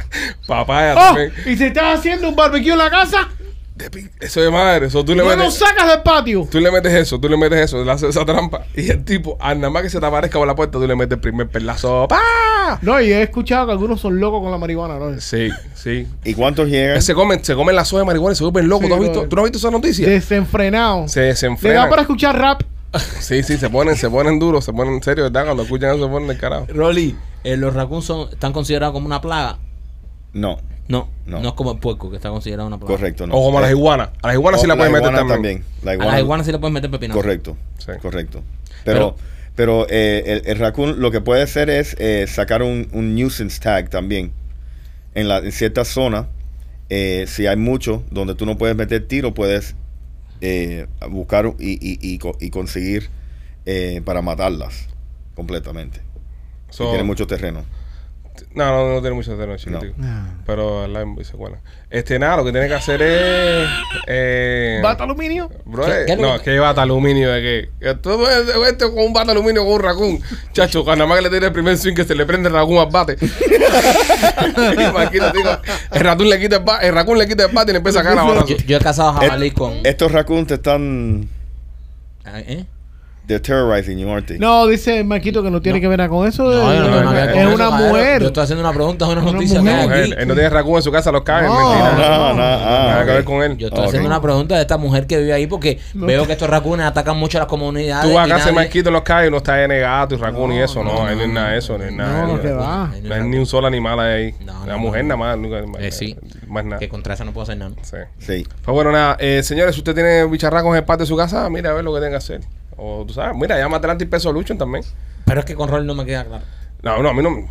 papaya ¡Oh! también. ¿Y si estás haciendo un barbecue en la casa? De pi- Eso de madre. Eso tú le No lo metes. sacas del patio. Tú le metes eso, tú le metes eso, le haces esa trampa. Y el tipo, ah, nada más que se te aparezca por la puerta, tú le metes el primer perlazo. ¡Pa! No, y he escuchado que algunos son locos con la marihuana, ¿no? Sí, sí. ¿Y cuántos llegan? Se comen, se comen la soja de marihuana y se vuelven locos. Sí, ¿Tú, has visto, brother. ¿Tú no has visto esa noticia? Desenfrenado. Se Le da desenfrenan. para escuchar rap. Sí, sí, se ponen, se ponen duros, se ponen en serio, ¿verdad? Cuando escuchan eso se ponen del carajo. Rolly, eh, ¿los raccoons son- están considerados como una plaga? No, No, no, No. es como el puerco que está considerado una plaga. correcto, no. O como a las Eh, iguanas. A las o iguanas sí la la pueden meter iguana también. La A iguana, las iguanas sí le pueden meter pepinazo. Correcto, Sí. correcto. Pero, pero, eh, el, el raccoon lo que puede hacer es eh, sacar un, un nuisance tag también. En, la, en cierta zona, eh, si hay mucho donde tú no puedes meter tiro, puedes eh, buscar y, y- y co- y conseguir eh, para matarlas completamente. Si So- tiene mucho terreno. No, no, no tiene mucho terreno, chiquitico. Pero la es se buena. Este, nada, lo que tiene que hacer es. Eh, ¿Bata aluminio? Bro, ¿Qué- eh, qué es lo no, que- que bata aluminio de qué. Tú ves- ves este con un bata aluminio con un racún. Chacho, cuando más que le tiene el primer swing que se le prende el racún al bate. Imagínate, digo, el ratón le quita el bate, el racún le quita el bate y le empieza a cagar a Yo, brazos. yo he cazado jabalí Et- con. Estos raccoons te están ¿Eh? they're terrorizing you, aren't they? No, dice Marquito que no tiene No. que ver nada con eso. eh, No, yo no tengo nada que ver con es eso, una caballero. mujer. Yo estoy haciendo una pregunta, una Una noticia. mujer. que hay Mujer, aquí. él no tiene racún en su casa, los caen. No. mentira. No, no, no. Nada que Ah, ver ok. con él. Yo estoy Ok. haciendo una pregunta de esta mujer que vive ahí porque No veo te- que estos racunes atacan mucho a las comunidades. Tú vas y acá, se nadie- me quito los caes, no está N gato y racún y eso. No, ahí no, es nada de eso, no es nada. de No, eso. que va. Ahí No hay hay racun- ni un solo animal ahí. No, la no, mujer no. nada más, nunca más, Eh, sí. más nada. Que contra esa no puedo hacer nada. Sí. Sí. Pues bueno, nada, eh, señores, si usted tiene bicharracos en el patio de su casa, mira a ver lo que tenga que hacer. O tú sabes, mira, llama a Atlantic Peso Luchon también. Pero es que con Rolly no me queda claro. No, no, a mí no.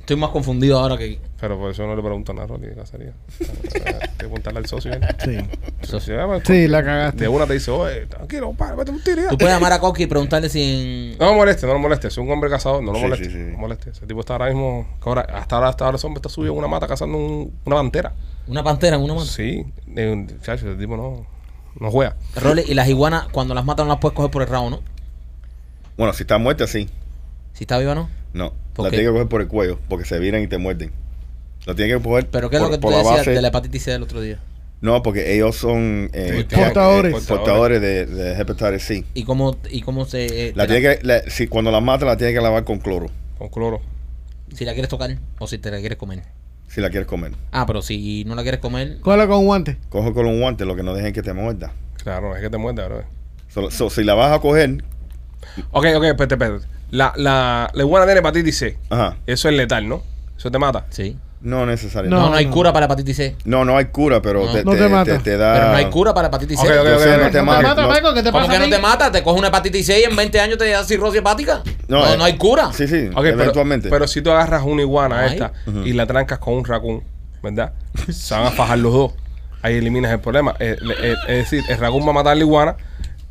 Estoy más confundido ahora que. Pero por eso no le preguntan a Rolly de cacería. Hay que preguntarle al socio. ¿eh? Sí. El socio, ah, pues, Sí, la De cagaste. una te dice, oye, tranquilo, para, vete un tiro. ya". Tú puedes llamar a Coqui y preguntarle si en. No lo moleste, no lo moleste. Es un hombre cazador, no lo Sí, moleste. sí, sí. No lo moleste. Ese tipo está ahora mismo, que ahora- hasta ahora, hasta ahora ese hombre está subido en una mata cazando un- una pantera. Una pantera, una mano. Sí, eh, chacho, ese tipo no, no juega. Rolly, y las iguanas, cuando las matan, no las puedes coger por el rabo, ¿no? Bueno, si está muerta, sí. Si está viva, ¿no? No, ¿Por la qué? tienes que coger por el cuello porque se viran y te muerden. La tienes que coger Pero ¿qué es por, lo que tú por la decías base. de la hepatitis C del otro día? No, porque ellos son eh, Portadores. eh, portadores de, de hepatitis C. ¿Y cómo, y cómo se.? eh, La te la- tiene que, la- si cuando la mata la tienes que lavar con cloro Con cloro. Si la quieres tocar o si te la quieres comer. si la quieres comer. Ah, pero si no la quieres comer. Cola con guante. Coge con un guante lo que no dejen que te muerda. Claro, es que te muerde, bro. So- so, si la vas a coger, Ok, ok, espérate, espérate. La, la, la iguana tiene hepatitis C. ajá, Eso es letal, ¿no? Eso te mata. Sí. no No, necesariamente. no, No, hay no. cura para la hepatitis C. No, no, hay cura, pero No. te, No te te- mata. te- te da. Pero no hay cura para la hepatitis C. Ok, ok. Entonces no te No No mata. te mata, no- Michael, ¿qué te ¿Cómo pasa que a no ti? te mata? Te coge una hepatitis C y en 20 años te da cirrosis hepática. No, no, eh, hay cura. Sí, sí, Ok, pero- eventualmente. Pero, si tú agarras una iguana Ay. esta y la trancas con un racún, ¿verdad? Se van a fajar los dos. Ahí eliminas el problema. Eh, le- eh, es decir, el racún va a matar a la iguana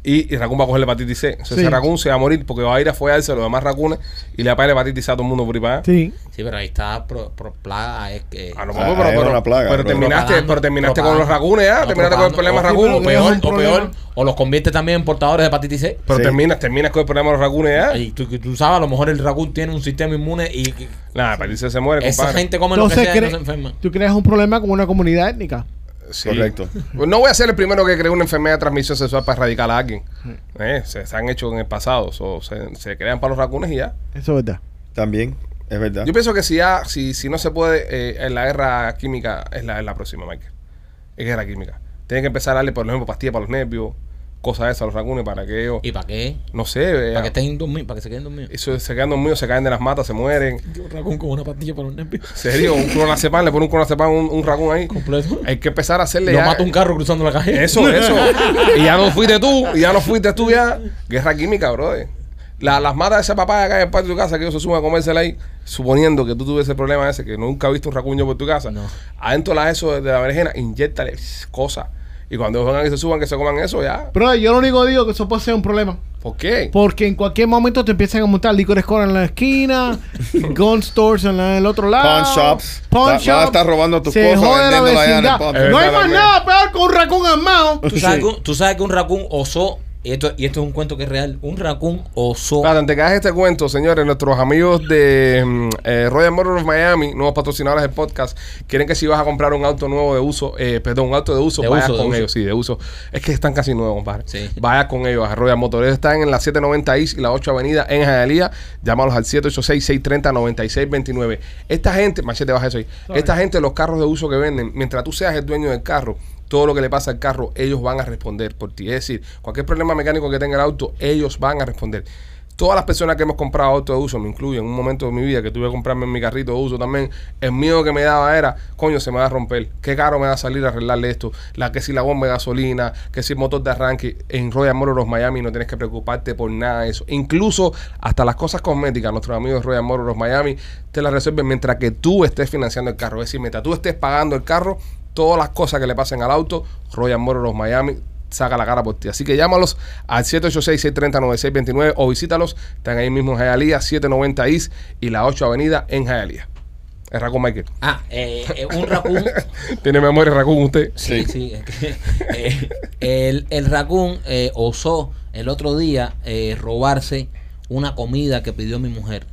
y el racún va a coger la hepatitis C. Entonces Sí. ese racún se va a morir porque va a ir a follarse a los demás racunes y le va a pegar la hepatitis C a todo el mundo por ahí para allá. Sí. Sí, pero ahí está pro, pro- plaga. Es que. A lo Ah, mejor, pero, es pero- una plaga, pero bro. terminaste, Propagando, pero terminaste con los propagando. racunes, ¿ya? No, terminaste con el propagando. problema O- racún. O pero- peor, Es un o peor. problema. O los conviertes también en portadores de hepatitis C. Pero Sí. terminas, terminas con el problema de los racunes, ¿ya? Y tú, tú sabes, a lo mejor el racún tiene un sistema inmune y y- Nada, hepatitis C se muere, esa compadre. gente come lo que Entonces, sea y no cre- se enferma. tú creas un problema con una comunidad étnica. Sí. Correcto. No voy a ser el primero que cree una enfermedad de transmisión sexual para erradicar a alguien. Mm. Eh, se, se han hecho en el pasado. so, se, se crean para los racunes y ya. Eso es verdad. También, es verdad. Yo pienso que si ya, si, si no se puede, eh, en la guerra química es la, es la próxima, Michael. Es guerra química. Tienen que empezar a darle, por ejemplo, pastillas para los nervios, cosas de esas a los racunes para que ellos, ¿Y para qué? no sé, vean. Para que estén dormidos, para que se queden dormidos. Eso, se quedan dormidos, se caen de las matas, se mueren. Un racún con una pastilla para los nervios. Serio, un clonazepam, le pone un clonazepam, un, un racún ahí. Completo. Hay que empezar a hacerle Lo ya- mata un carro cruzando la calle. Eso, eso. y ya no fuiste tú, y ya no fuiste tú ya. Guerra química, brother. La- las matas de esa papaya acá en el patio de tu casa, que ellos se suman a comérsela ahí, suponiendo que tú tuviese el problema ese, que nunca viste un racuño por tu casa. No. Adentro la eso de la berenjena, inyectale cosas. Y cuando vengan y se suban, que se coman eso, ya. Pero yo lo único que digo es que eso puede ser un problema. ¿Por qué? Porque en cualquier momento te empiezan a montar licores Corner en la esquina, gun stores en, la- en el otro lado. Pawn shops. Pawn Va- shops. vas a estar robando tus Se cosas, jode la vendiéndola allá en el vecindad. pub. Es No hay verdad, más hombre. nada peor que un racón armado. ¿Tú sabes, que, un- tú sabes que un racún osó Y esto, y esto es un cuento que es real. Un raccoon oso. Espérate, antes que hagas este cuento, señores, nuestros amigos de mm, eh, Royal Motor of Miami, nuevos patrocinadores del podcast, quieren que si vas a comprar un auto nuevo de uso, eh, perdón, un auto de uso, De vayas uso, de con uso. ellos, sí, de uso. Es que están casi nuevos, compadre. Sí. Vaya con ellos a Royal Motor. Ellos están en la 790 East y la 8 Avenida en Hialeah. Llámalos al 786-630-9629. Esta gente, machete, baja eso ahí. Sorry. Esta gente, los carros de uso que venden, mientras tú seas el dueño del carro, todo lo que le pasa al carro, ellos van a responder por ti. Es decir, cualquier problema mecánico que tenga el auto, ellos van a responder. Todas las personas que hemos comprado auto de uso, me incluyo en un momento de mi vida que tuve que comprarme mi carrito de uso también, el miedo que me daba era, coño, se me va a romper, qué caro me va a salir a arreglarle esto, la que si la bomba de gasolina, que si el motor de arranque, en Royal Motors Miami no tienes que preocuparte por nada de eso. Incluso hasta las cosas cosméticas, nuestros amigos de Royal Motors Miami te las resuelven mientras que tú estés financiando el carro, es decir, mientras tú estés pagando el carro, todas las cosas que le pasen al auto, Royal Motors Miami saca la cara por ti. Así que llámalos al 786-630-9629 o visítalos. Están ahí mismo en Hialeah, 790 East y la 8 Avenida en Hialeah. Es Raccoon Michael. Ah, eh, eh, un raccoon. Tiene memoria Raccoon usted. Sí, sí. es que, eh, el, el raccoon eh, osó el otro día eh, robarse una comida que pidió mi mujer.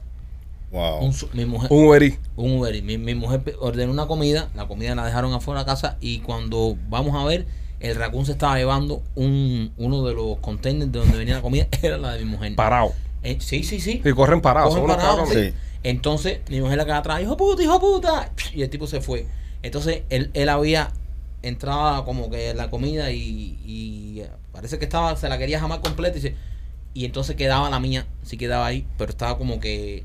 Wow. Oh. Un su- mi mujer. Un Uber Eats. Un Uber Eats. Mi, mi mujer pe- ordenó una comida, la comida la dejaron afuera de la casa y cuando vamos a ver, el raccoon se estaba llevando un, uno de los containers de donde venía la comida, era la de mi mujer. parado. Eh, sí, sí, sí. Y corren parados. Cogen son unos parados, cabrones. sí. Sí. Entonces, mi mujer la queda atrás, hijo puta, hijo puta. Y el tipo se fue. Entonces, él, él había entrado como que en la comida y, y parece que estaba, se la quería jamás completa. Y, se- y entonces quedaba la mía, sí quedaba ahí, pero estaba como que.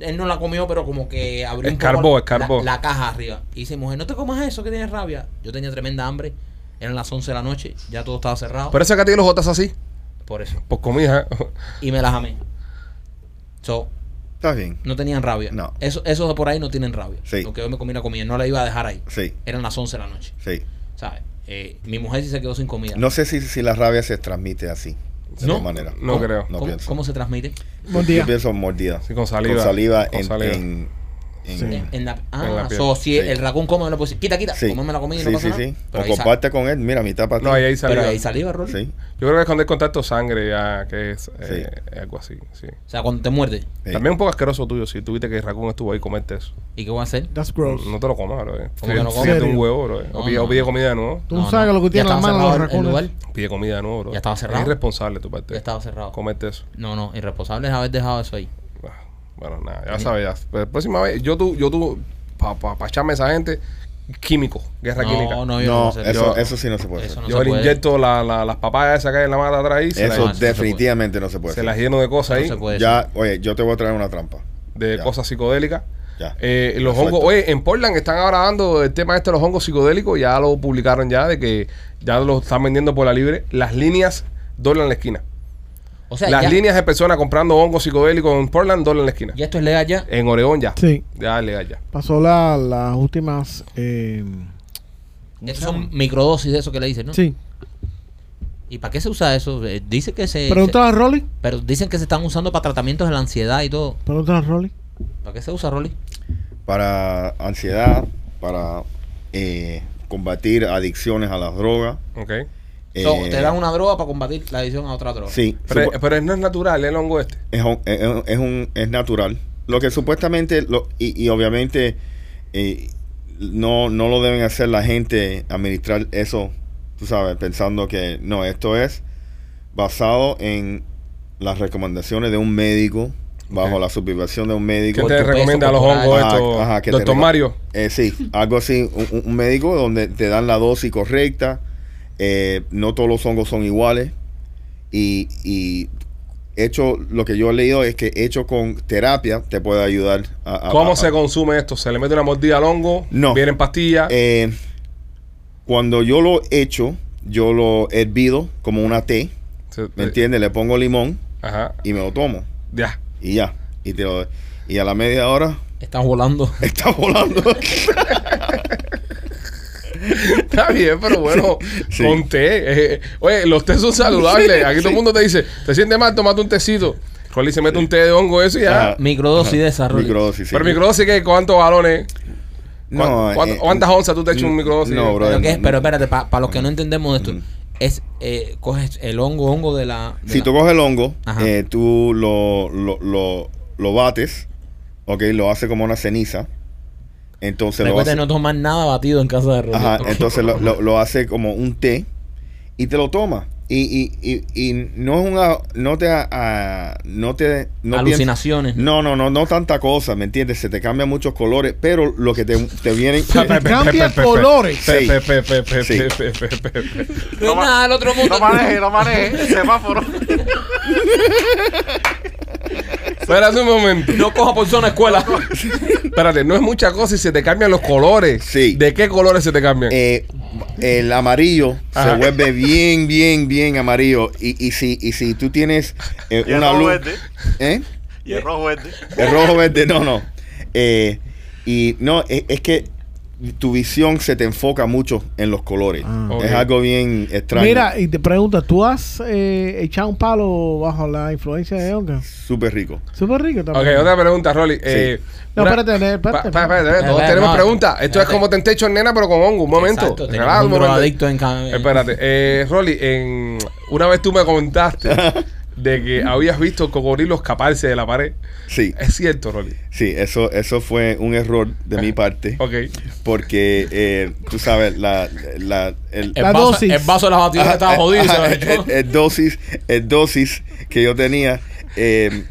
Él no la comió, pero como que abrió Escarbó, la- escarbó. La, la caja arriba. Y dice, mujer, no te comas eso, que tienes rabia. Yo tenía tremenda hambre. Eran las 11 de la noche, ya todo estaba cerrado. Por eso es que a ti los jotas así. por eso. Por comida. ¿eh? Y me la jamé. So, Está bien. no tenían rabia. No. Eso, esos de por ahí no tienen rabia. Sí. Porque yo me comí la comida, no la iba a dejar ahí. Sí, Eran las 11 de la noche, sí. ¿sabes? Eh, mi mujer sí se quedó sin comida. No sé si, si la rabia se transmite así. De No. esa manera. No ¿Cómo- creo. No ¿cómo, pienso. cómo se transmite? Buen Yo día. pienso mordida. Sí, con saliva. Con saliva Con en. saliva. en- en- Sí. En, en la, ah, En la piel. so, si Sí. el racón come, le puedo decir, quita, quita, Sí. comeme la comida y Sí, no pasa sí, nada. sí. Pero, O ahí sa- comparte con él. Mira, mitad para ti. No, ahí hay pero saliva. ahí saliva, Rolly. Sí. Yo creo que es cuando hay contacto sangre ya, que es eh, Sí. algo así. sí. O sea, cuando te muerde. Sí. También un poco asqueroso tuyo si tuviste que Raccoon estuvo ahí comerte eso. ¿Y qué voy a hacer? That's gross. No te lo comas, bro. eh. ¿Cómo que no como? Fíjate un huevo, bro. eh. No, o, pide, no. o pide comida de nuevo. Tú sabes lo que tiene Ya en la estaba mano los cerrado el- el raccones. lugar, Pide comida de nuevo, bro. Ya estaba cerrado. Es irresponsable tu parte. Ya estaba cerrado. Comerte eso. No, no, irresponsable es haber dejado eso ahí. Ah, Bueno, nada, ya sabes. Ya. Pero la próxima vez, yo tú, yo tú, para pa, pa echarme a esa gente, químico, guerra química. No, no, yo no, No, sé. eso, Yo- eso sí no se puede Eso hacer. no yo se le puede. inyecto la, la- las papayas esas que hay en la mata atrás ahí, se, Eso, no, eso no se puede. definitivamente no se puede las, se hacer. las lleno de cosas No ahí, se puede. Ya, oye, yo te voy a traer una trampa. de Ya. cosas psicodélicas. Ya. Eh, los Perfecto. hongos, oye, en Portland están ahora dando el tema este de los hongos psicodélicos, ya lo publicaron ya, de que ya lo están vendiendo por la libre. Las líneas doblan la esquina. O sea, Las ya, líneas de personas comprando hongos psicodélicos en Portland doblan la esquina. ya esto es legal ya. En Oregón ya. Sí. Ya es legal ya. Pasó la- las últimas. eh, ¿cómo se Estos son llama? microdosis de eso que le dicen, ¿no? Sí. ¿Y para qué se usa eso? Eh, Dice que se... se- Pregúntale a Rolly. Pero dicen que se están usando para tratamientos de la ansiedad y todo. Pregúntale a Rolly. ¿Para qué se usa, Rolly? Para ansiedad, para eh, combatir adicciones a las drogas. Ok. So, eh, te dan eh, una droga para combatir la adicción a otra droga. Sí, Pero, eh, supo- pero no es natural el hongo este. pues- es, un- es un- es un- es natural. Lo que supuestamente, lo- y, y obviamente, eh, no, no lo deben hacer la gente administrar eso, tú sabes, pensando que no, esto es basado en las recomendaciones de un médico, bajo Ok. la supervisión de un ¿Qué médico. Por te tu peso recomienda los corporal. hongos Ajá, estos? ajá, que te Doctor reco- Mario. Eh, sí, algo así, un, un médico donde te dan la dosis correcta, eh, no todos los hongos son iguales y, y hecho, lo que yo he leído es que hecho con terapia te puede ayudar a... a- ¿Cómo a- se consume esto? ¿Se le mete una mordida al hongo? Ah, No. ¿Vienen pastillas? Eh, cuando yo lo hecho, yo lo hervido como una té, Se- ¿me entiendes? Le pongo limón Ajá. y me lo tomo Ya. y ya. Y, te lo- y a la media hora Estás volando. está volando. Está bien, pero bueno, sí. con té. eh, oye, los tés son saludables. Aquí todo el mundo te dice, ¿te sientes mal? Tomate un tecito. Rolly se mete un té de hongo eso y ya. Ajá. Microdosis de esa, Rolly. Microdosis, Ah, sí. Pero microdosis, ¿qué? ¿cuántos galones? No, ¿Cuántas- eh, ¿Cuántas onzas tú te echas un microdosis? No, bro. Pero, brother, ¿qué es? no- Pero espérate, para los que no entendemos esto. es eh, coges el hongo, hongo de la. de Si la- tú coges el hongo, Ajá. eh, tú lo, lo, lo, lo bates, ok, lo hace como una ceniza. Entonces lo Recuerda hace, no tomar nada batido en casa de Rolly. ajá, eh, Ok. entonces lo, lo- lo hace como un té y te lo toma. Y, y, y, y no es una no te ah, no te no piensas- Alucinaciones. No, no, no, no tanta cosa, ¿me entiendes? Se te cambian muchos colores, pero lo que te, te vienen. Cambia colores. Sí. Sí. No es nada del otro mundo. No maneje, no maneje. Semáforo. Espérate un momento. No coja por zona escuela. Espérate, no es mucha cosa y se te cambian los colores. Sí. ¿De qué colores se te cambian? eh, el amarillo Ajá. se vuelve bien, bien, bien amarillo. Y, y si, y si tú tienes eh, Y el una rojo luz. verde. ¿Eh? Y el rojo verde. El rojo verde, no, no. Eh, y no, es, es que tu visión se te enfoca mucho en los colores. Ah. Ok. Es algo bien extraño. Mira, eh, y te pregunto, ¿tú has eh, echado un palo bajo la influencia de hongo? Súper rico. Súper rico Ok, también. otra pregunta, Rolly. Eh, No, una- espérate, espérate, Pa- espérate. pa- espérate, espérate, todos Espérate, tenemos no, preguntas. Esto es espérate. como Tentecho Nena, pero con hongo. Un momento. Exacto, tenemos Relaja un drogadicto en ca- Espérate. Eh, Rolly, en... una vez tú me contaste de que habías visto cocodrilos escaparse de la pared. Sí, Es cierto, Rolly. sí, eso, eso fue un error de mi parte. Ok. Porque eh, tú sabes, la, la- el, El La vaso, dosis. el vaso de las batidas estaba jodido. y se lo Ajá, eh, echó. el, el dosis, el dosis que yo tenía. eh,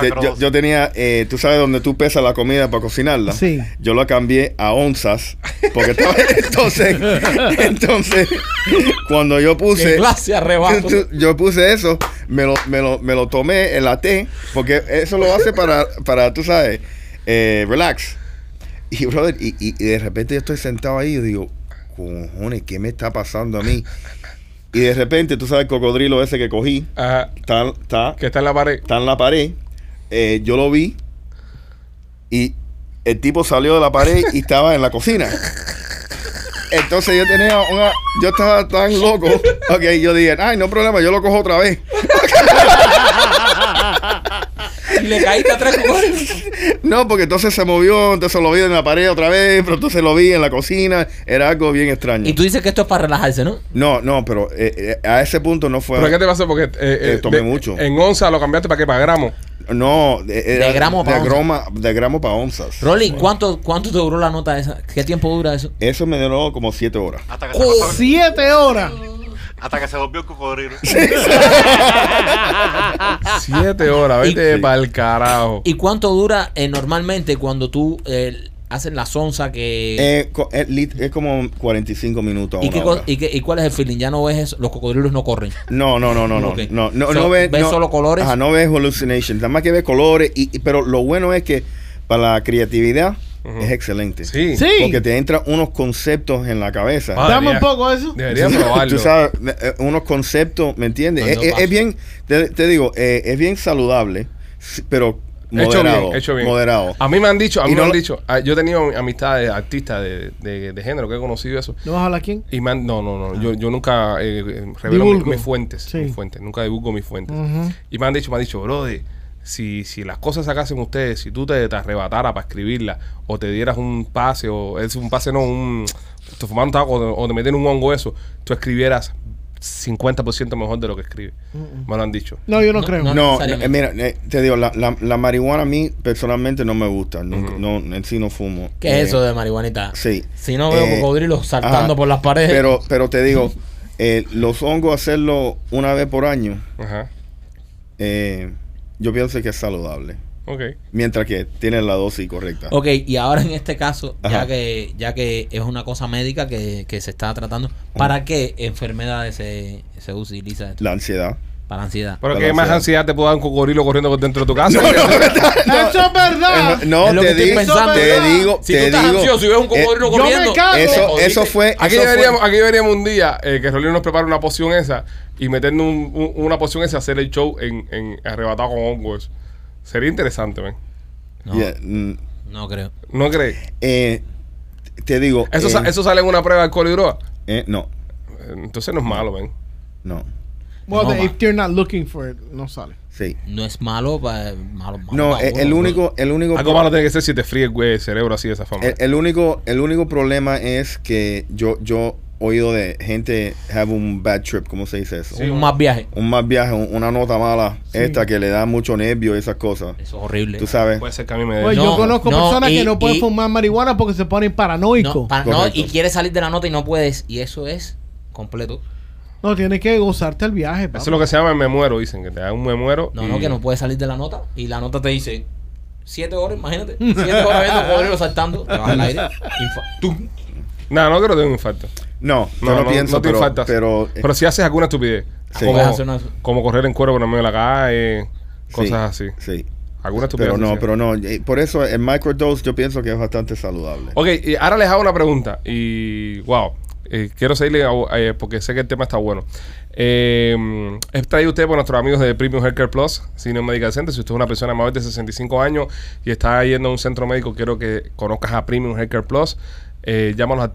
de- Macro. yo, yo tenía, eh, tú sabes donde tú pesas la comida para cocinarla. Sí. Yo la cambié a onzas. Porque estaba. entonces, entonces, cuando yo Qué puse. clase de arrebato. eh, tú- tú- Yo puse eso, me lo, me lo, me lo tomé en la té, porque eso lo hace para, para tú sabes, eh, relax. Y, brother, y, y- y de repente yo estoy sentado ahí y digo, cojones, ¿qué me está pasando a mí? Y de repente, tú sabes, el cocodrilo ese que cogí, Ajá. está, está, Que está en la pared. está en la pared. Eh, yo lo vi y el tipo salió de la pared y estaba en la cocina. Entonces yo tenía una. Yo estaba tan loco. Ok, yo dije, ay, no problema, yo lo cojo otra vez. Y le caíste a tres cocodrilos. No, porque entonces se movió, entonces lo vi en la pared otra vez, pero entonces lo vi en la cocina. Era algo bien extraño. Y tú dices que esto es para relajarse, ¿no? No, no, pero eh, eh, a ese punto no fue. ¿Pero qué te pasó? Porque eh, eh, Eh, tomé de- mucho. En onza lo cambiaste para qué? Para gramos. No, eh, era De gramo pa' de onzas. groma- de gramo para onzas. Rolly, ¿cuánto, ¿cuánto te duró la nota esa? ¿Qué tiempo dura eso? Eso me duró como siete horas. Hasta que, se pasó, Siete horas. hasta que se volvió el cocodrilo. Siete horas. Vete Y- para el carajo. ¿Y cuánto dura eh, normalmente cuando tú eh, haces la sonza que... Eh, co- eh, lit- es como 45 minutos. a ¿Y, una qué co- hora. y qué- y cuál es el feeling? Ya no ves eso, los cocodrilos no corren. No, no, no, no, no, Ok. no, no, So, no ¿ves no- solo colores? Ajá, no ves hallucinations, nada más que ves colores, y, y- pero lo bueno es que para la creatividad Ujú. es excelente. Sí. Sí. Porque te entran unos conceptos en la cabeza. Ah, Dame debería- un poco de eso. Deberías Tú- probarlo. Tú sabes, eh, unos conceptos, ¿me entiendes? No, Es, no es- pasa. es bien, te, te digo, eh, es bien saludable, s- pero Hecho moderado. bien, hecho bien. Moderado. A mí me han dicho, a mí Y me no han lo- dicho, ah, yo he tenido amistades artistas de, de, de género que he conocido eso. ¿No vas a hablar quién? Y me han- no, no, no, yo, yo nunca eh, eh, revelo mi- mis, Divulgo. fuentes, Sí. mis fuentes, nunca divulgo mis fuentes. Ujú. Y me han dicho, me han dicho, brother, si, si las cosas sacasen ustedes, si tú te, te arrebataras para escribirlas, o te dieras un pase, o es un pase no, un, te fumaron un tabaco o, te metieran un hongo eso, tú escribieras 50% mejor de lo que escribes. Me lo han dicho. No, yo no, No, creo. no. No, necesariamente. eh, mira, eh, te digo, la, la- la marihuana a mí personalmente no me gusta, nunca- no, en sí no fumo. ¿Qué es Eh, eso de marihuanita? Sí. Si no veo eh. Eh, cocodrilos saltando ajá. por las paredes. Pero, pero te digo, eh, los hongos hacerlo una vez por año, Ajá. eh, yo pienso que es saludable. Ok. Mientras que tienes la dosis correcta. Ok, y ahora en este caso, ya Ajá. que, ya que es una cosa médica que, que se está tratando, ¿para qué enfermedades se, se utiliza esto? La ansiedad. Para ansiedad. Pero Pero que más sea- ansiedad te puede dar un cocodrilo corriendo por dentro de tu casa. Eso es verdad. Eh, no, Es lo te, que estoy di- pensando. te digo, Si te tú estás digo, ansioso y ves un eh, cocodrilo yo me corriendo, cago. te eso, jodiste. eso fue. Eh, Aquí eso fue- deberíamos, aquí deberíamos un día eh, que Rolino nos prepare una poción esa y meternos un- un- una poción esa, hacer el show en, en arrebatado con hongos. Sería interesante, ven. No, Yeah, mm, no creo. ¿No crees? eh, te digo. Eso, eh, sa- eso sale en una prueba de alcohol y droga. eh, no, Eh, Entonces no es malo, ven. no. Well, No, the- ma. if you're not looking for it, no sale. Sí. No es malo, pa- malo, malo No, pa' eh, uno, el bro. único, el único. Algo malo tiene que ser Eh, si te fríe güey, el cerebro así de esa forma. El, el único, el único problema es que yo, yo oído de gente have un bad trip, ¿cómo se dice eso? Sí. un más viaje. Un mal viaje, un- una nota mala, esta que le da mucho nervio y esas cosas. Eso es horrible. Tú sabes. Puede ser que a mí Eh, me dé. Oye, No, Pues, yo conozco no, personas y- que no pueden y- fumar marihuana porque se ponen paranoicos. No, No, para- no, Correcto. y quieres salir de la nota y no puedes. Y eso es completo. tienes que gozarte el viaje. Eso papá. es lo que se llama el me muero, dicen, que te da un me muero. No, y- no, que no puedes salir de la nota. Y la nota te dice: siete horas, imagínate. Siete horas viendo cocodrilo saltando. Te vas al aire. Infa- tú. No, no creo que tenga un infarto. No, yo No, no, no, pienso, no te pero, infartas. pero, eh, Pero si haces alguna estupidez, Sí. como, Puedes hacer una- como correr en cuero por el medio de la calle, cosas eh, sí, así. Sí. Alguna estupidez. Pero no, así. pero no. eh, Por eso el microdose yo pienso que es bastante saludable. Ok, y ahora les hago una pregunta. Y wow, eh, quiero seguirle a- eh, porque sé que el tema está bueno. Eh, es traído usted por nuestros amigos de Premium Healthcare Plus, Senior Medical Center. Si usted es una persona mayor de 65 años y está yendo a un centro médico, quiero que conozcas a Premium Healthcare Plus. Eh, llámanos al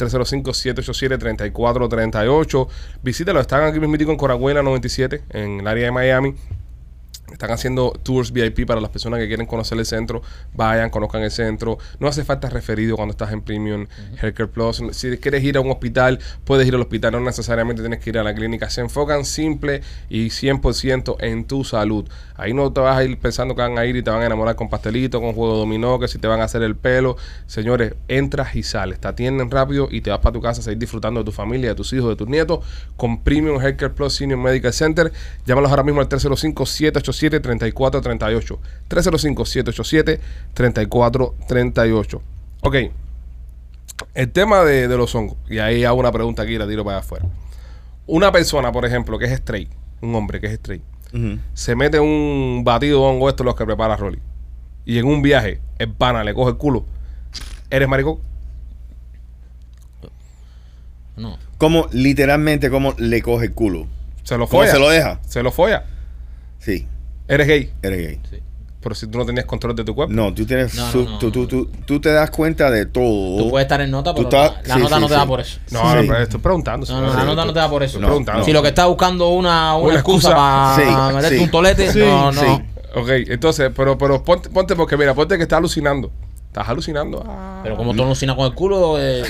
305-787-3438. Visítalos, están aquí mismo en Coragüela 97, en el área de Miami. Están haciendo tours VIP para las personas que quieren conocer el centro. Vayan, conozcan el centro. No hace falta referido cuando estás en Premium Healthcare Plus. Si quieres ir a un hospital, puedes ir al hospital. No necesariamente tienes que ir a la clínica. Se enfocan simple y 100% en tu salud. Ahí no te vas a ir pensando que van a ir y te van a enamorar con pastelitos, con juego de dominó, que si te van a hacer el pelo. Señores, entras y sales. Te atienden rápido y te vas para tu casa a seguir disfrutando de tu familia, de tus hijos, de tus nietos con Premium Healthcare Plus Senior Medical Center. Llámalos ahora mismo al 305-787-3438. 305-787-3438. Ok. El tema de, de los hongos. Y ahí hago una pregunta aquí y la tiro para afuera. Una persona, por ejemplo, que es straight, un hombre que es straight, Ujú. se mete un batido de hongo, esto es lo que prepara Rolly. Y en un viaje, el pana le coge el culo. ¿Eres maricón? No. Como literalmente como le coge el culo. Se lo ¿Cómo folla. se lo deja? Se lo folla. Sí, Eres gay. eres gay. Pero si tú no tenías control de tu cuerpo. No, tú tienes No, no, su- no, tú, no, tú, no. tú- tú te das cuenta de todo. Tú puedes estar en nota, Tú pero estás- la, la sí, nota sí, no te sí. da por eso. No, Sí. pero estoy preguntando. No, no, la señor. nota no te da por eso. Estoy preguntando. Si lo que estás buscando una, una, Una excusa, excusa. para Sí, meterte sí. un tolete, Sí, no, no. sí. Ok, entonces, pero, pero ponte, ponte porque mira, ponte que estás alucinando. Estás alucinando. Ah. Pero como tú alucinas con el culo, eh,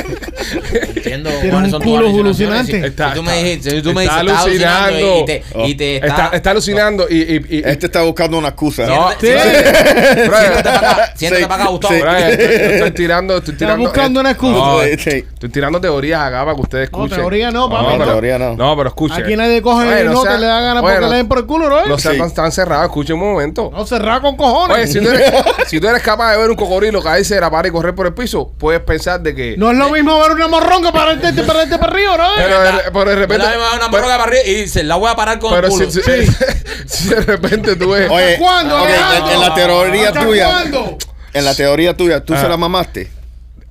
entiendo Tienes cuáles son un culo tus alucinaciones. alucinante. Si, Está- si tú está- me dijiste, si tú me está Oh, dices, estás alucinando y- y te, alucinando. y te está, está, está alucinando y. y, y- y- Este está buscando una excusa. Este, No. Sí. Brother, siéntate para acá, siéntate Sí, para acá, Gustavo. sí. brother, estoy, estoy tirando. Estoy Está tirando buscando una excusa. No, Sí, sí. estoy tirando teorías acá para que ustedes No, escuchen. teoría no, papi. pero, Teoría no. No, pero escuchen. Aquí nadie coge Oye, el no no sea- te le da ganas oye, porque no- le den por el culo, ¿no? No No, sean Sí. tan, tan cerrados, escuchen un momento. cerrado con cojones. Oye, si tú, eres, si tú eres capaz de ver un cocodrilo caerse de la pared y correr por el piso, puedes pensar de que. No es lo mismo ver una morronga para este para este perrillo, ¿no? pero, de, pero de repente. Me la lleva una pero- morroca para arriba y dice, la voy a parar con Pero el culo. si, si- si de repente tú ves. Oye, cuándo, ok, en, Alejandro? en la teoría ¿Hasta tuya. cuándo? En la teoría tuya, tú Ah. se la mamaste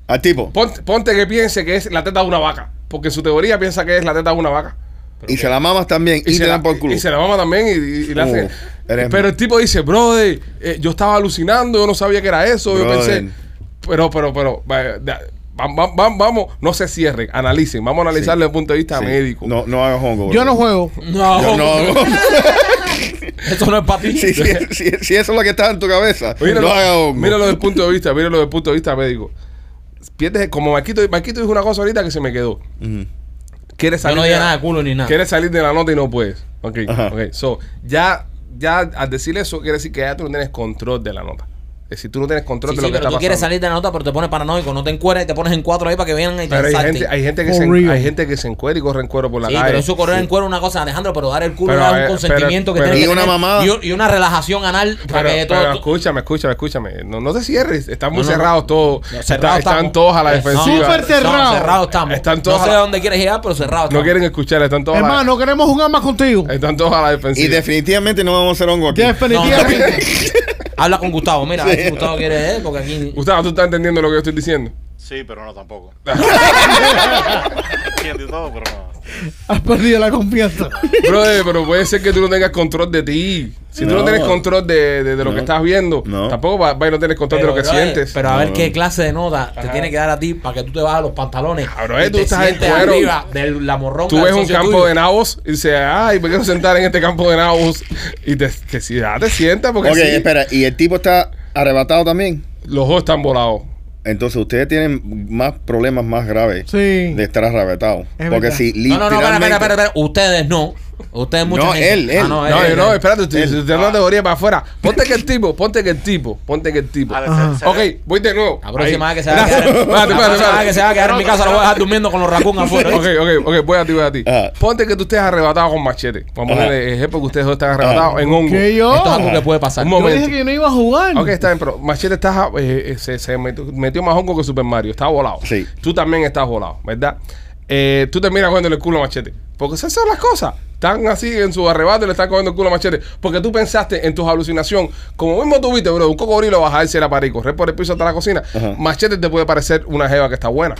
al tipo ponte, ponte que piense que es la teta de una vaca. Porque su teoría piensa que es la teta de una vaca. y se la mamas también y, te la, dan por culo. y se la mama también y, y- y le Uh, hace- eres- Pero el tipo dice, brother, eh, yo estaba alucinando, yo no sabía que era eso. Yo Brother. pensé. Pero, pero, pero. va- da- va- va- va- vamos, no se cierren, analicen. Vamos a analizarlo desde el punto de vista Sí. médico. No, no hagas hongo. Yo bro. no juego. No, Yo no. eso no es para ti. si, si- si- si eso es lo que está en tu cabeza, Míralo, no hagas hongo. míralo desde el punto de vista, míralo desde el punto de vista médico. Pierdes, como Marquito, Marquito dijo una cosa ahorita que se me quedó. Ujú. Quieres Yo salir no de dije la- nada de culo ni nada. Quieres salir de la nota y no puedes. Ok, Ajá. ok. So, ya, ya al decir eso, quiere decir que ya tú no tienes control de la nota. Es decir, tú no tienes control Sí, de sí, lo que pero está tú pasando. quieres salir de la nota, pero te pones paranoico, no te encueras y te pones en cuatro ahí para que vean y te pero hay salten. gente, hay gente que For se real. hay gente que se encuera y corre en cuero por la Sí, calle. pero eso correr en cuero es una cosa, Alejandro, pero dar el culo Pero, es eh, un consentimiento pero- que pero- tienes Y que una tener mamada. y un- Y, una relajación anal para Pero, que pero todo. todo- escúchame, escúchame, escúchame. No, no te cierres. Están muy No, no, no. cerrados todos. No, Está- cerrados están estamos. todos a la Eh, defensiva. no, Súper cerrado. cerrados estamos. Están todos no sé a la- a dónde quieres llegar, pero cerrados No estamos. quieren escuchar, están todos, Es a, más, la, no queremos jugar más contigo. están todos a la defensiva. Y definitivamente no vamos a hacer hongo aquí. Definitivamente. Habla con Gustavo, mira, a ver si Gustavo quiere, eh, porque aquí. Gustavo, ¿tú estás entendiendo lo que yo estoy diciendo? Sí, pero no tampoco. Entiendo y todo, pero no. Has perdido la confianza. Brother, pero puede ser que tú no tengas control de ti. Si tú no No. tienes control de, de- de lo que estás viendo, No. tampoco va, va y no tienes control de lo que brother, sientes. Pero a ver No, qué no. clase de nota te tiene que dar a ti para que tú te bajes los pantalones. Cabrón, eh, y tú te estás en sientes cuero. arriba del la morronga tú del ves un socio campo tuyo. de nabos y dices, ay, me quiero sentar en este campo de nabos. Y te, que si ya te sientas, porque ok, sí, espera. ¿Y el tipo está arrebatado también? los ojos están volados. Entonces ustedes tienen más problemas más graves Sí. de estar arrebatados. Es Porque verdad. si No, no, no, espera, literalmente- espera, espera, espera. Ustedes no. Ustedes mucha No, gente. Ah, él, él. no, Ah. No, él, yo él, no, él. espérate, usted usted no te orilla para afuera. Ponte que el tipo, ponte que el tipo, ponte que el tipo. Ah. Dale, Ajá. se- se- Ok, voy de nuevo. La próxima Ahí. vez que se va a quedar. Espérate, La espérate, próxima vez espérate. que se va a quedar en mi casa, lo voy a dejar durmiendo con los racún afuera. Ok, ok, ok, voy a ti, voy a ti. Ajá. Ponte que tú estés arrebatado con machete. Vamos a Ajá. poner el ejemplo que ustedes dos están arrebatados en hongo. Que yo. Esto es algo que puede pasar. Un Yo momento. dije que yo no iba a jugar. Ok, está bien, pero Machete está, eh, eh, se, se metió, metió más hongo que Super Mario. Está volado. Sí. Tú también estás volado, ¿verdad? Eh, tú te miras cogiéndole el culo a Machete. Porque esas son las cosas. Están así en su arrebato y le están cogiendo el culo a Machete. Porque tú pensaste en tus alucinaciones. Como mismo tuviste, bro, un cocodrilo bajarse la pared y correr por el piso hasta la cocina. Ajá. Machete te puede parecer una jeva que está buena.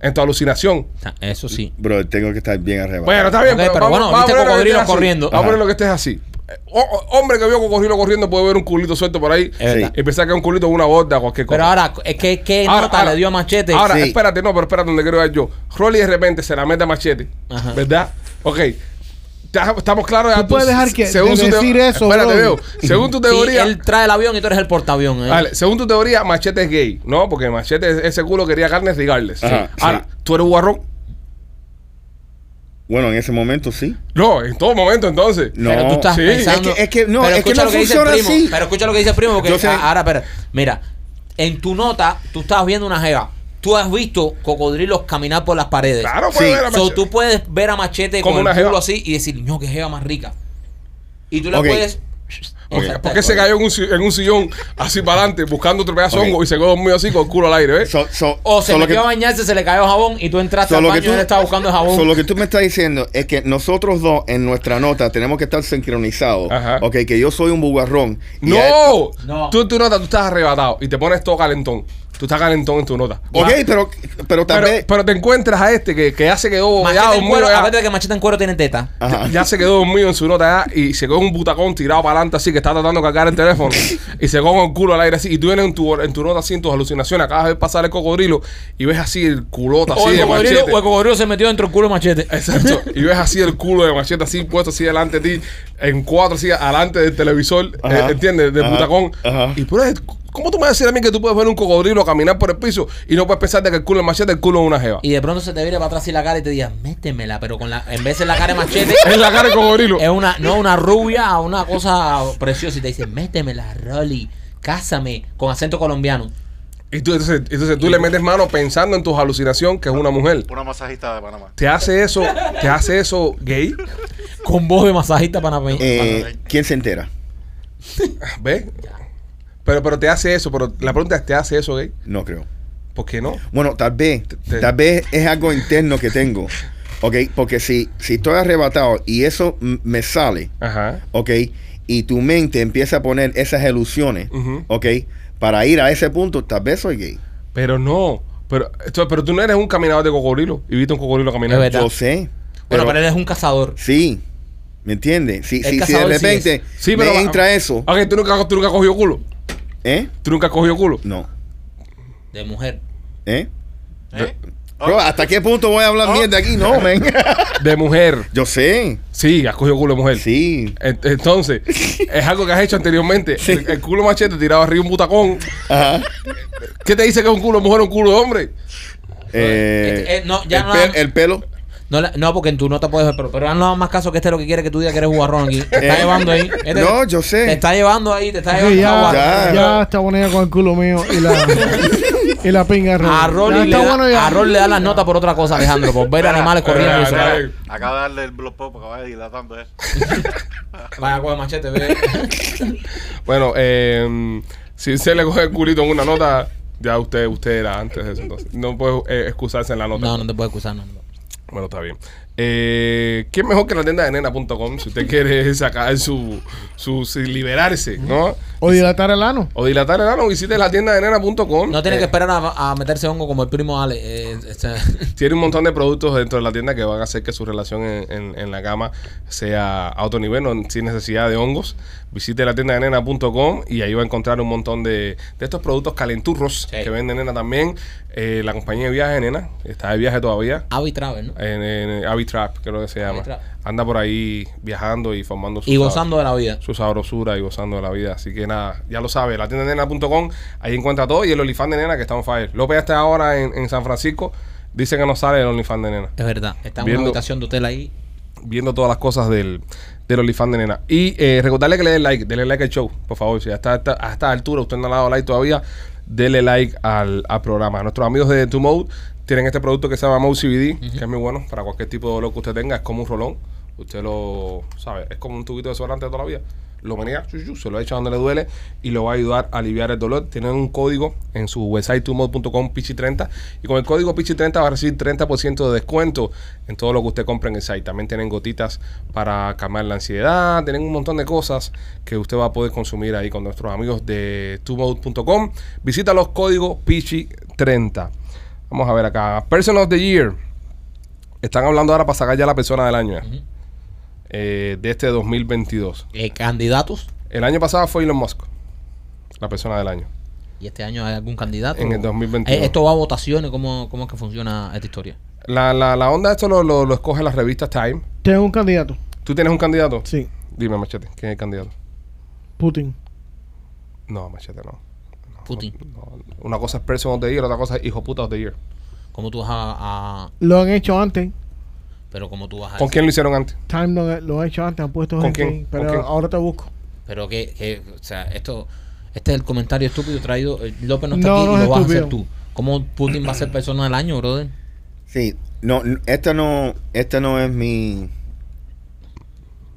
En tu alucinación. Ah, Eso sí. Bro, tengo que estar bien arrebatado. Bueno, está bien, Ok, pero bueno, a viste ponerlo que cocodrilos estés así. corriendo. Vamos a Ajá. poner lo que estés así. Eh, o- o- hombre que vio cocodrilo corriendo puede ver un culito suelto por ahí. Es verdad. Y pensar que es un culito de una gorda, cualquier cosa. Pero ahora, eh, ¿qué, qué Ahora, nota ahora, le dio a Machete? Ahora, Sí. espérate, no, pero espérate donde quiero ir yo. Rolly de repente se la mete a machete, Ajá. ¿verdad? Ok. Ta- Estamos claros. ya Tú puedes dejar que- de su teo- decir eso, Espérate, Rolly. veo. Según tu Sí, teoría. él trae el avión y tú eres el portaavión. ¿eh? Vale, según tu teoría, Machete es gay, ¿no? Porque Machete, ese culo quería carnes regardless. Ajá, Ahora, sí. ¿tú eres guarrón? Bueno, en ese momento sí. No, en todo momento, entonces. No. pero tú estás Oh, sí. pensando. Es que- es que no, pero es que escucha no lo dice el funciona primo, así. Pero escucha lo que dice el primo, porque Yo sé. ah, ahora, espera. Mira, en tu nota, tú estabas viendo una jeva. Tú has visto cocodrilos caminar por las paredes. Claro, Sí. puede ver a So, Machete. tú puedes ver a Machete Como con una el culo jeva. así y decir, no, qué jeva más rica. Y tú le Ok. puedes. Ok, Exacto. ¿Por qué se cayó en un, si- en un sillón así para adelante buscando otro pedazo de Ok. hongo y se quedó dormido así con el culo al aire, ¿ves? So- so- O se so lo metió que- a bañarse, se le cayó jabón y tú entraste so al lo baño que y él tú- estaba buscando jabón. So, lo que tú me estás diciendo es que nosotros dos en nuestra nota tenemos que estar sincronizados. Ajá. Ok, que yo soy un bugarrón. y a- ¡No! No. Tú en tu nota tú estás arrebatado y te pones todo calentón. Tú estás calentón en tu nota. Ok, Ah. pero, pero Pero, también. pero te encuentras a este que, que ya se quedó ya Machete en dormido. cuero, ya- acuérdate que Machete en cuero tiene teta. Ajá. Ya se quedó dormido en su nota ya y se quedó en un butacón tirado para adelante así que está tratando de cargar el teléfono y se coge el culo al aire así y tú vienes en tu, en tu nota así en tus alucinaciones acabas de ver pasar el cocodrilo y ves así el culota así o, el de cocodrilo, machete o el cocodrilo se metió dentro del culo de Machete. Exacto. Y ves así el culo de machete así puesto así delante de ti, en cuatro así, adelante del televisor, Ajá. eh, ¿entiendes? Del Ajá. butacón. Ajá. Y pero, eh, ¿cómo tú me vas a decir a mí que tú puedes ver un cocodrilo caminar por el piso y no puedes pensar de que el culo de machete es el culo de una jeva? Y de pronto se te vira para atrás y la cara y te diga, métemela, pero con la, en vez de la cara de machete, Es la cara del cocodrilo. es una, no una rubia, una cosa preciosa. Y te dice, métemela, Rolly, cásame, con acento colombiano. Y tú, entonces, entonces tú le metes mano pensando en tu alucinación que es una mujer. Una masajista de Panamá. ¿Te hace eso, te hace eso gay? Con voz de masajista panameña. Eh, ¿Quién se entera? ¿Ves? Pero, pero te hace eso, pero la pregunta es, ¿te hace eso gay? No creo. ¿Por qué no? Bueno, tal vez, te- tal vez es algo interno que tengo. Ok, porque si, si estoy arrebatado y eso m- me sale, Ajá. ok, y tu mente empieza a poner esas ilusiones, Ujú. ok, para ir a ese punto, tal vez soy gay. Pero no. Pero, esto- pero tú no eres un caminador de cocodrilo y viste un cocodrilo caminar. Es verdad. Yo sé. bueno, Pero, pero él es un cazador. sí, ¿me entiendes? Si, El si, si de cazador sí repente Sí, me pero entra eso, Ok, tú nunca, tú nunca has cogido culo. ¿eh? Tú nunca has cogido culo. No, De mujer. ¿eh? ¿Eh? Bro, ¿hasta qué punto voy a hablar mierda aquí? No, men. De mujer. Yo sé. Sí, has cogido culo de mujer. Sí. En- Entonces, es algo que has hecho anteriormente. El, el culo machete tirado arriba un butacón. Ajá. ¿Qué te dice que es un culo de mujer o un culo de hombre? Eh, Este, eh, no, ya el, no- pel- el pelo. No, la- no, porque en tu nota puedes ver, pero, pero no hagas más caso que este es lo que quiere que tú digas que eres jugarrón aquí. Te está Eh, llevando ahí. Este- no, yo sé. Te está llevando ahí, te está Ok, llevando. ya, Ya. ya, está bonita con el culo mío y la, y la pinga de Rolly. A Rolly, Ya le está da, bueno ya. a Rolly le da las notas por otra cosa, Alejandro, por ver animales corriendo. y eso. Espera, espera. Acaba de darle el blog pop, acaba de dilatando, eh. Vaya, coge machete, ve. Bueno, eh, si se le coge el culito en una nota, ya usted, usted era antes de eso. Entonces, no puede eh, excusarse en la nota. No, no te puedes excusar, no. no. Bueno, está bien. Eh, ¿Qué mejor que la tienda de nena.com si usted quiere sacar su, su, si liberarse, ¿no? O dilatar el ano. O dilatar el ano, visite la tienda de nena.com. No tienes Eh, que esperar a, a meterse hongo como el primo Ale. eh, este, Tiene un montón de productos dentro de la tienda que van a hacer que su relación en, en- en la cama sea a otro nivel, no- sin necesidad de hongos. Visite la tienda de nena.com y ahí va a encontrar un montón de, de estos productos calenturros Sí. que vende nena también. eh, la compañía de viaje, nena, está de viaje todavía. Avi Travel, ¿no? En, en Avi Trap, creo que se llama. Trap. Anda por ahí viajando y formando su Y gozando de la vida. su sabrosura y gozando de la vida. Así que nada, ya lo sabe, la tienda nena.com, ahí encuentra todo y el OnlyFans de nena que está on fire. López ya está ahora en, en San Francisco, dice que no sale el OnlyFans de nena, Es verdad. Está en Viendo- una habitación de hotel ahí. viendo todas las cosas del, del OnlyFans de nena. Y eh, recordarle que le den like, denle like al show, por favor, si hasta, hasta, a esta altura usted no le ha dado like todavía, denle like al, al programa. Nuestros amigos de Two Mode tienen este producto que se llama Mode CBD, que es muy bueno para cualquier tipo de dolor que usted tenga, es como un rolón. Usted lo sabe, es como un tubito de desodorante de toda la vida. Lo menea, chu, chu, se lo echa donde le duele y lo va a ayudar a aliviar el dolor. Tienen un código en su website tumod.com pichi30 y con el código pichi30 va a recibir 30% de descuento en todo lo que usted compre en el site. También tienen gotitas para calmar la ansiedad, tienen un montón de cosas que usted va a poder consumir ahí con nuestros amigos de tumod.com. Visita los códigos pichi30. Vamos a ver acá. Person of the Year. Están hablando ahora para sacar ya la persona del año. eh eh, de este 2022. eh, candidatos. El año pasado fue Elon Musk, la persona del año. Y este año hay algún candidato. En el 2021. Eh, esto va a votaciones. ¿Cómo, ¿Cómo es que funciona esta historia? La, la, la onda de esto lo, lo, lo escoge la revista Time. Tengo un candidato. ¿Tú tienes un candidato? Sí. Dime, Machete, ¿quién es el candidato? Putin. No, Machete, no. Putin. No, Una cosa es Person of the Year, otra cosa es Hijo Puta of the Year. ¿Cómo tú vas a, a- Lo han hecho antes. Pero cómo tú vas a... ¿Con quién lo hicieron antes? Time lo, lo ha hecho antes. Han puesto ¿Con gente quién? ahí, ¿Con Pero quién? ahora te busco. Pero que, que, o sea, esto, este es el comentario estúpido traído. eh, López no está No, aquí no y es lo vas a estúpido. hacer tú. ¿Cómo Putin va a ser persona del año, brother? Sí, no, n- esta no, esta no es mi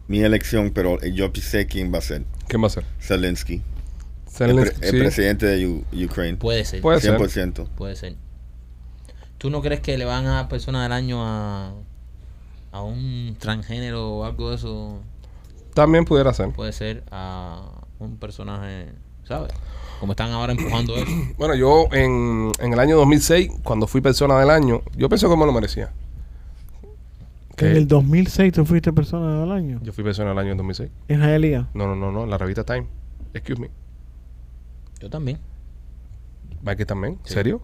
mi elección, pero yo sé quién va a ser. ¿Quién va a ser? Zelensky, el, Zelensky, pre- el sí. presidente de U- Ukraine. Puede ser. Puede ser. 100%. Puede ser. ¿Tú no crees que le van a dar persona del año a, a un transgénero o algo de eso? También pudiera ser. Puede ser a un personaje, ¿sabes? Como están ahora empujando eso. Bueno, yo en, en el año 2006, cuando fui persona del año, yo pensé que me lo merecía. Que En el 2006 tú fuiste persona del año. yo fui persona del año en 2006. Israelía. No, no, no, no, la revista Time. Excuse me. Yo también. que también? ¿Serio?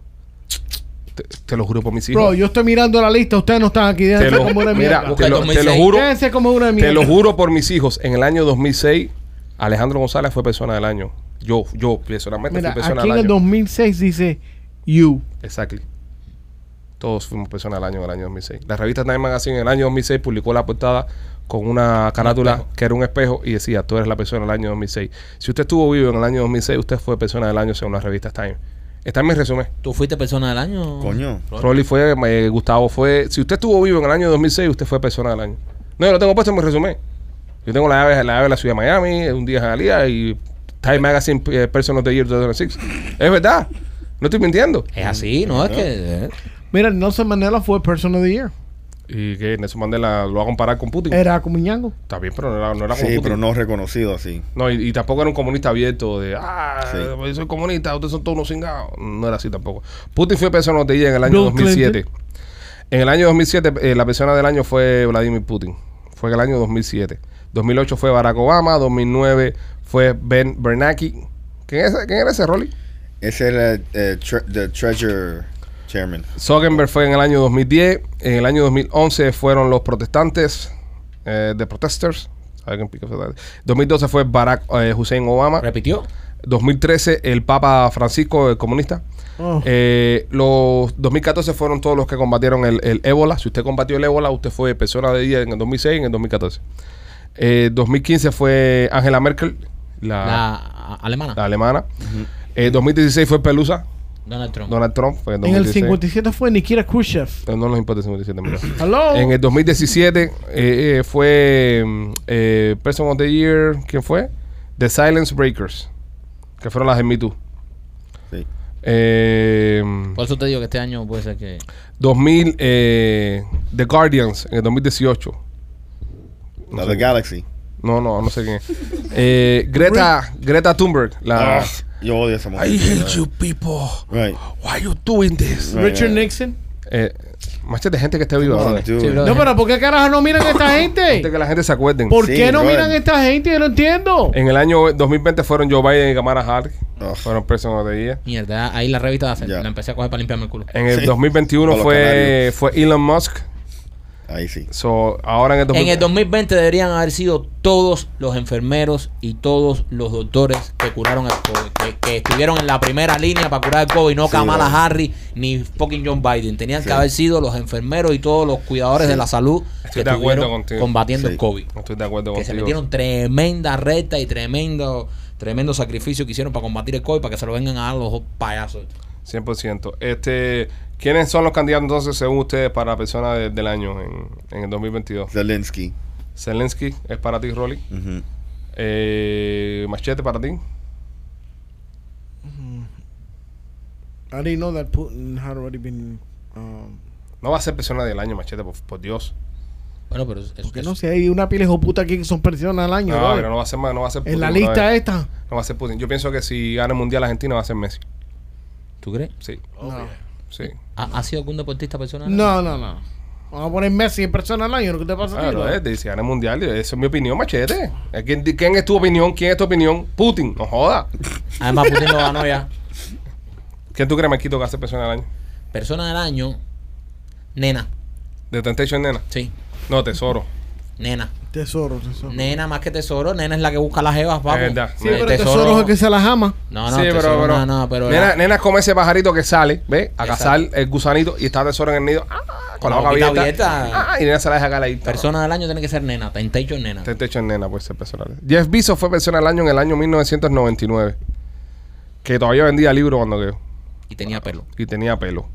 Te, te lo juro por mis hijos. Bro, yo estoy mirando la lista. Ustedes no están aquí. te Déjense lo, como una mira, mierda. te lo, te lo 2006. juro, Déjense como una mierda. te lo juro por mis hijos. En el año 2006, Alejandro González fue persona del año. Yo, yo personalmente Mira, fui persona aquí del en año. el 2006 dice You. Exactly. Todos fuimos persona del año en el año 2006. La revista Time Magazine en el año 2006 publicó la portada con una carátula espejo. que era un espejo y decía, tú eres la persona del año 2006. Si usted estuvo vivo en el año 2006, usted fue persona del año según la revista Time. Está en mi resumen. ¿Tú fuiste persona del año? Coño. Rolly fue, eh, Gustavo fue. Si usted estuvo vivo en el año 2006, usted fue persona del año. No, yo lo tengo puesto en mi resumen. Yo tengo la llave, la llave de la ciudad de Miami, un día de Jalía y Time Magazine eh, Person of the Year 2006. Es verdad. No estoy mintiendo. Es así, ¿no? Es Ajá. que... eh, Mira, Nelson Mandela fue Person of the Year. Y que Nelson Mandela lo va a comparar con Putin. Era como Ñango. Está bien, pero no era, no era como Er Sí, Putin. pero no reconocido así. No, y, y tampoco era un comunista abierto de, ah, Sí. yo soy comunista, ustedes son todos unos cingados. No era así tampoco. Putin fue persona de ella en el año Bill 2007. En el año 2007, eh, la persona del año fue Vladimir Putin. Fue en el año 2007. 2008 fue Barack Obama, 2009 fue Ben Bernanke. ¿Quién, es- quién era ese, Rolly? Ese era el Treasure Chairman. Zuckerberg fue en el año 2010. En el año 2011 fueron los protestantes, eh, The Protesters. ¿Sabe quién pica esa tarde? 2012 fue Barack eh, Hussein Obama. ¿Repitió? 2013 el Papa Francisco, el comunista. Oh. Eh, los 2014 fueron todos los que combatieron el, el ébola. Si usted combatió el ébola, usted fue persona de día en el 2006 y en el 2014. Eh, 2015 fue Angela Merkel, la, La a- alemana. la alemana. Eh, 2016 fue Pelusa, Donald Trump. Donald Trump. Fue en, En el 2016. 57 fue Nikita Khrushchev. Eh, No nos importa el 57, mira. Hello. En el 2017 eh, eh, fue mm, eh, Person of the Year, ¿quién fue? The Silence Breakers, que fueron las de Me Too. Sí. Eh, Por eso te digo que este año puede ser que... 2000, eh, The Guardians, en el 2018. La de Galaxy. No, no, no sé quién es. Eh, Greta, Greta Thunberg, la... Ah, yo odio esa mujer. I hate you people. Right. Why you doing this? Right, Richard right. Nixon. Eh, Machete, gente que esté viva. on, brother. dude. Sí, bro. No, pero ¿por qué carajo no miran a esta Gente gente? que la gente se acuerden. ¿Por Sí, qué no brother. miran a esta gente? Yo no entiendo. En el año 2020 fueron Joe Biden y Kamala Harris. Ugh. Fueron presos en batería. Mierda, ahí la revista la, Ya. la empecé a coger para limpiarme el culo. En el Sí. 2021 A los fue, canarios. fue Elon Musk. Ahí sí. So, ahora en el, 2000 En el 2020 deberían haber sido todos los enfermeros y todos los doctores que curaron el COVID, que, que estuvieron en la primera línea para curar el COVID, no Sí, Kamala vale. Harris ni fucking John Biden. Tenían Sí. que haber sido los enfermeros y todos los cuidadores de la salud que Estoy de acuerdo estuvieron contigo. combatiendo Sí. el COVID. Estoy de acuerdo Que se contigo. metieron tremenda recta y tremendo, tremendo sacrificio que hicieron para combatir el COVID, para que se lo vengan a dar los payasos. 100%. Este, ¿Quiénes son los candidatos entonces, según ustedes, para persona de- del año en, en el 2022? Zelensky. Zelensky es para ti, Rolly. Ujú. Eh, Machete para ti. I didn't know that Putin had already been. um, No va a ser persona del año, Machete, por, por Dios. Bueno, pero es- es- porque es- no sé, hay una pila de puta aquí que son personas al año. No, brother. Ah, pero no va a ser más, no va a ser en la Putin, no eh. lista va a- esta. No va a ser Putin. Yo pienso que si gana el Mundial Argentina va a ser Messi. ¿tú crees? Sí, No. sí. ¿Ha, ha sido algún deportista personal? no, no, no. Vamos a poner Messi en persona al año. ¿Qué te pasa? a ti, Claro, brother? Ah, es, de- si gana el mundial, eh, esa es mi opinión, machete. Eh, ¿Quién, di- quién es tu opinión? ¿Quién es tu opinión? Putin, no joda. Además, Putin lo ganó ya. ¿Quién tú crees, Marquito, que hace persona del año? Persona del año, nena. De Temptation, nena. Sí, No, tesoro. nena. eh. Tesoro, tesoro. Nena más que tesoro, nena es la que busca las jevas, papo. Es verdad. Sí, pero tesoro. es el que se las ama. No, no, tesoro, no, no, pero nena, la- nena es como ese pajarito que sale, ¿ves? A Exacto. cazar el gusanito y está tesoro en el nido. Ah, con la boca abierta. abierta. Ah, y nena se la deja caer ahí. persona del año tiene que ser nena, Temptation nena. Temptation, nena, pues, puede ser persona del año. Jeff Bezos fue persona del año en el año 1999. Que todavía vendía libros cuando quedó. Y tenía pelo. Y tenía pelo.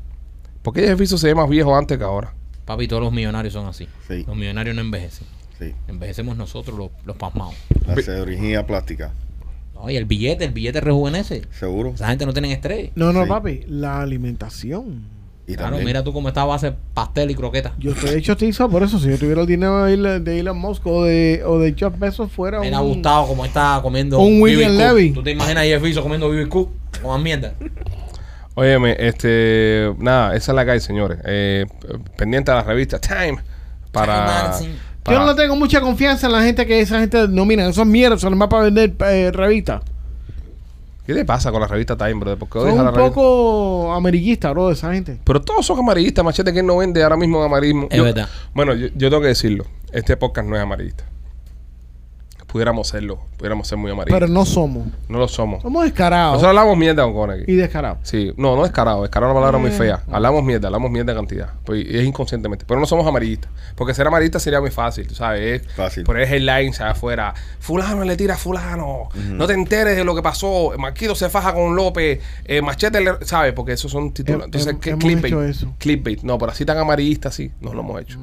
¿Por qué Jeff Bezos se ve más viejo antes que ahora? Papi, todos los millonarios son así. Sí. Los millonarios no envejecen. Sí. Envejecemos nosotros los, los pasmados. La Ve- cirugía plástica. Oye, el billete, el billete rejuvenece. Seguro. Esa gente no tiene estrés. No, no, Sí. papi. La alimentación. Y Claro, también- mira tú cómo está a base de pastel y croqueta. Yo estoy hecho por eso. Si yo tuviera el dinero de Elon, de Elon Musk o de, o de Jeff Bezos, fuera Me ha gustado cómo está comiendo. un William BBQ. Levy. ¿Tú te imaginas a Jeff Bezos comiendo BBQ? Con más mierda. Óyeme, este, nada, esa es la que hay, señores. Eh, pendiente a la revista Time para, Time Magazine. para- Yo no le tengo mucha confianza en la gente que esa gente nomina. Esos mierdas son más para vender eh, revistas. ¿Qué te pasa con la revista Time, brother? ¿Por qué Son odias a la un revista? poco amarillistas, bro, esa gente. Pero todos son amarillistas, machete, que no vende ahora mismo amarillismo. Es Yo- verdad. Bueno, yo, yo tengo que decirlo, este podcast no es amarillista. Pudiéramos serlo, pudiéramos ser muy amarillistas. Pero no somos. no lo somos. Somos descarados Nosotros hablamos mierda con aquí. y descarados. Sí, no, no descarado, descarado es una palabra muy Eh. fea. Hablamos mierda, hablamos mierda cantidad. Pues y es inconscientemente. Pero no somos amarillistas. Porque ser amarillista sería muy fácil, tú sabes. Es Fácil. Poner headlines afuera. Fulano le tira a fulano. No te enteres de lo que pasó. Marquito se faja con López. eh, machete, le- ¿sabes? Porque esos son Hem- títulos. Entonces, hem- ¿qué hemos clickbait? hecho eso. Mm. Clickbait. No, pero así tan amarillista, sí. No lo hemos hecho.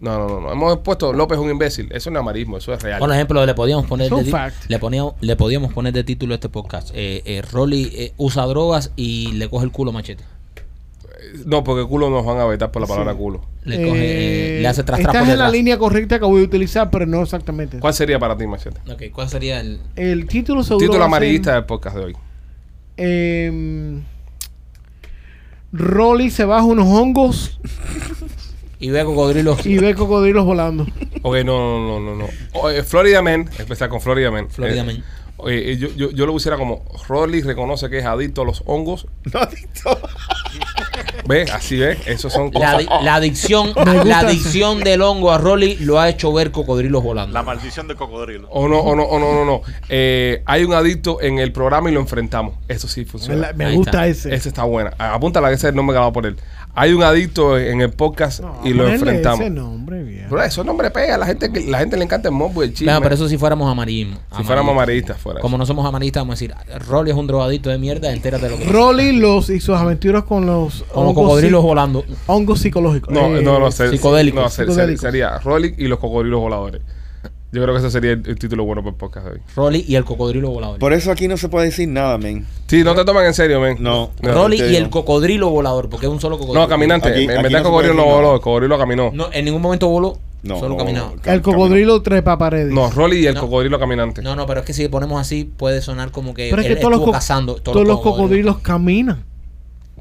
No, no, no, no. Hemos puesto López es un imbécil. Eso no es amarillismo, eso es real. Por ejemplo, le podíamos poner Son de ti- fact. le, poníamos, le podíamos poner de título a este podcast. Eh, eh, Rolly eh, usa drogas y le coge el culo a machete. No, porque culo nos van a vetar por la palabra culo. Le, coge, eh, le hace tras tras Esta por es la detrás. línea correcta que voy a utilizar, pero no exactamente. ¿Cuál sería para ti, Machete? Ok, ¿cuál sería el El título seguro Título va a ser, amarillista del podcast de hoy. em, Rolly se baja unos hongos y ve cocodrilos y ve cocodrilos volando. Ok, no, no, no, no. no. O, eh, Florida Man, empezar con Florida Man. Florida Eh, Man. ok, eh, yo, yo, yo lo pusiera como Rolly reconoce que es adicto a los hongos. ¿Ves? Así ves. Esos son la, cosas. adi- la adicción gusta. la adicción del hongo a Rolly lo ha hecho ver cocodrilos volando La maldición del cocodrilo. O no, o no, o no, no, no. Eh, hay un adicto en el programa y lo enfrentamos. Eso sí Me, la- funciona. me Ahí gusta está. ese. Esa está buena. A- Apúntala, que ese es el nombre que la voy a poner. Hay un adicto en el podcast No, y lo ponerle enfrentamos. Ese nombre, viejo. Bro, esos nombres pega. La gente, que- la gente le encanta el morbo y el chisme. Claro, pero eso si fuéramos amarillismo. si fuéramos amarillistas, fuera. Como no somos amarillistas, vamos a decir, Rolly es un drogadicto de mierda, entérate lo que Rolly los y sus aventuras con los Como hongos cocodrilos psi- volando. hongos psicológicos. No, Eh, no, no, ser- psicodélicos. no, ser- ser- Psicodélicos. sería Rolling y los cocodrilos voladores. Yo creo que ese sería el, el título bueno para el podcast de hoy. Rolly y el cocodrilo volador. Por eso aquí no se puede decir nada, men. Sí, no te toman en serio, men. No. Rolly te y digo. el cocodrilo volador, porque es un solo cocodrilo. No, caminante. Aquí- en aquí verdad, el no se cocodrilo no puede decir voló, nada. el cocodrilo caminó. No, No, en ningún momento voló, No, solo no, caminaba. no, El cocodrilo trepa paredes. Rolly y el No. cocodrilo caminante. No, no, pero es que si ponemos así puede sonar como Eh, que Pero es él que todos los, estuvo co- cazando todos los cocodrilos caminan.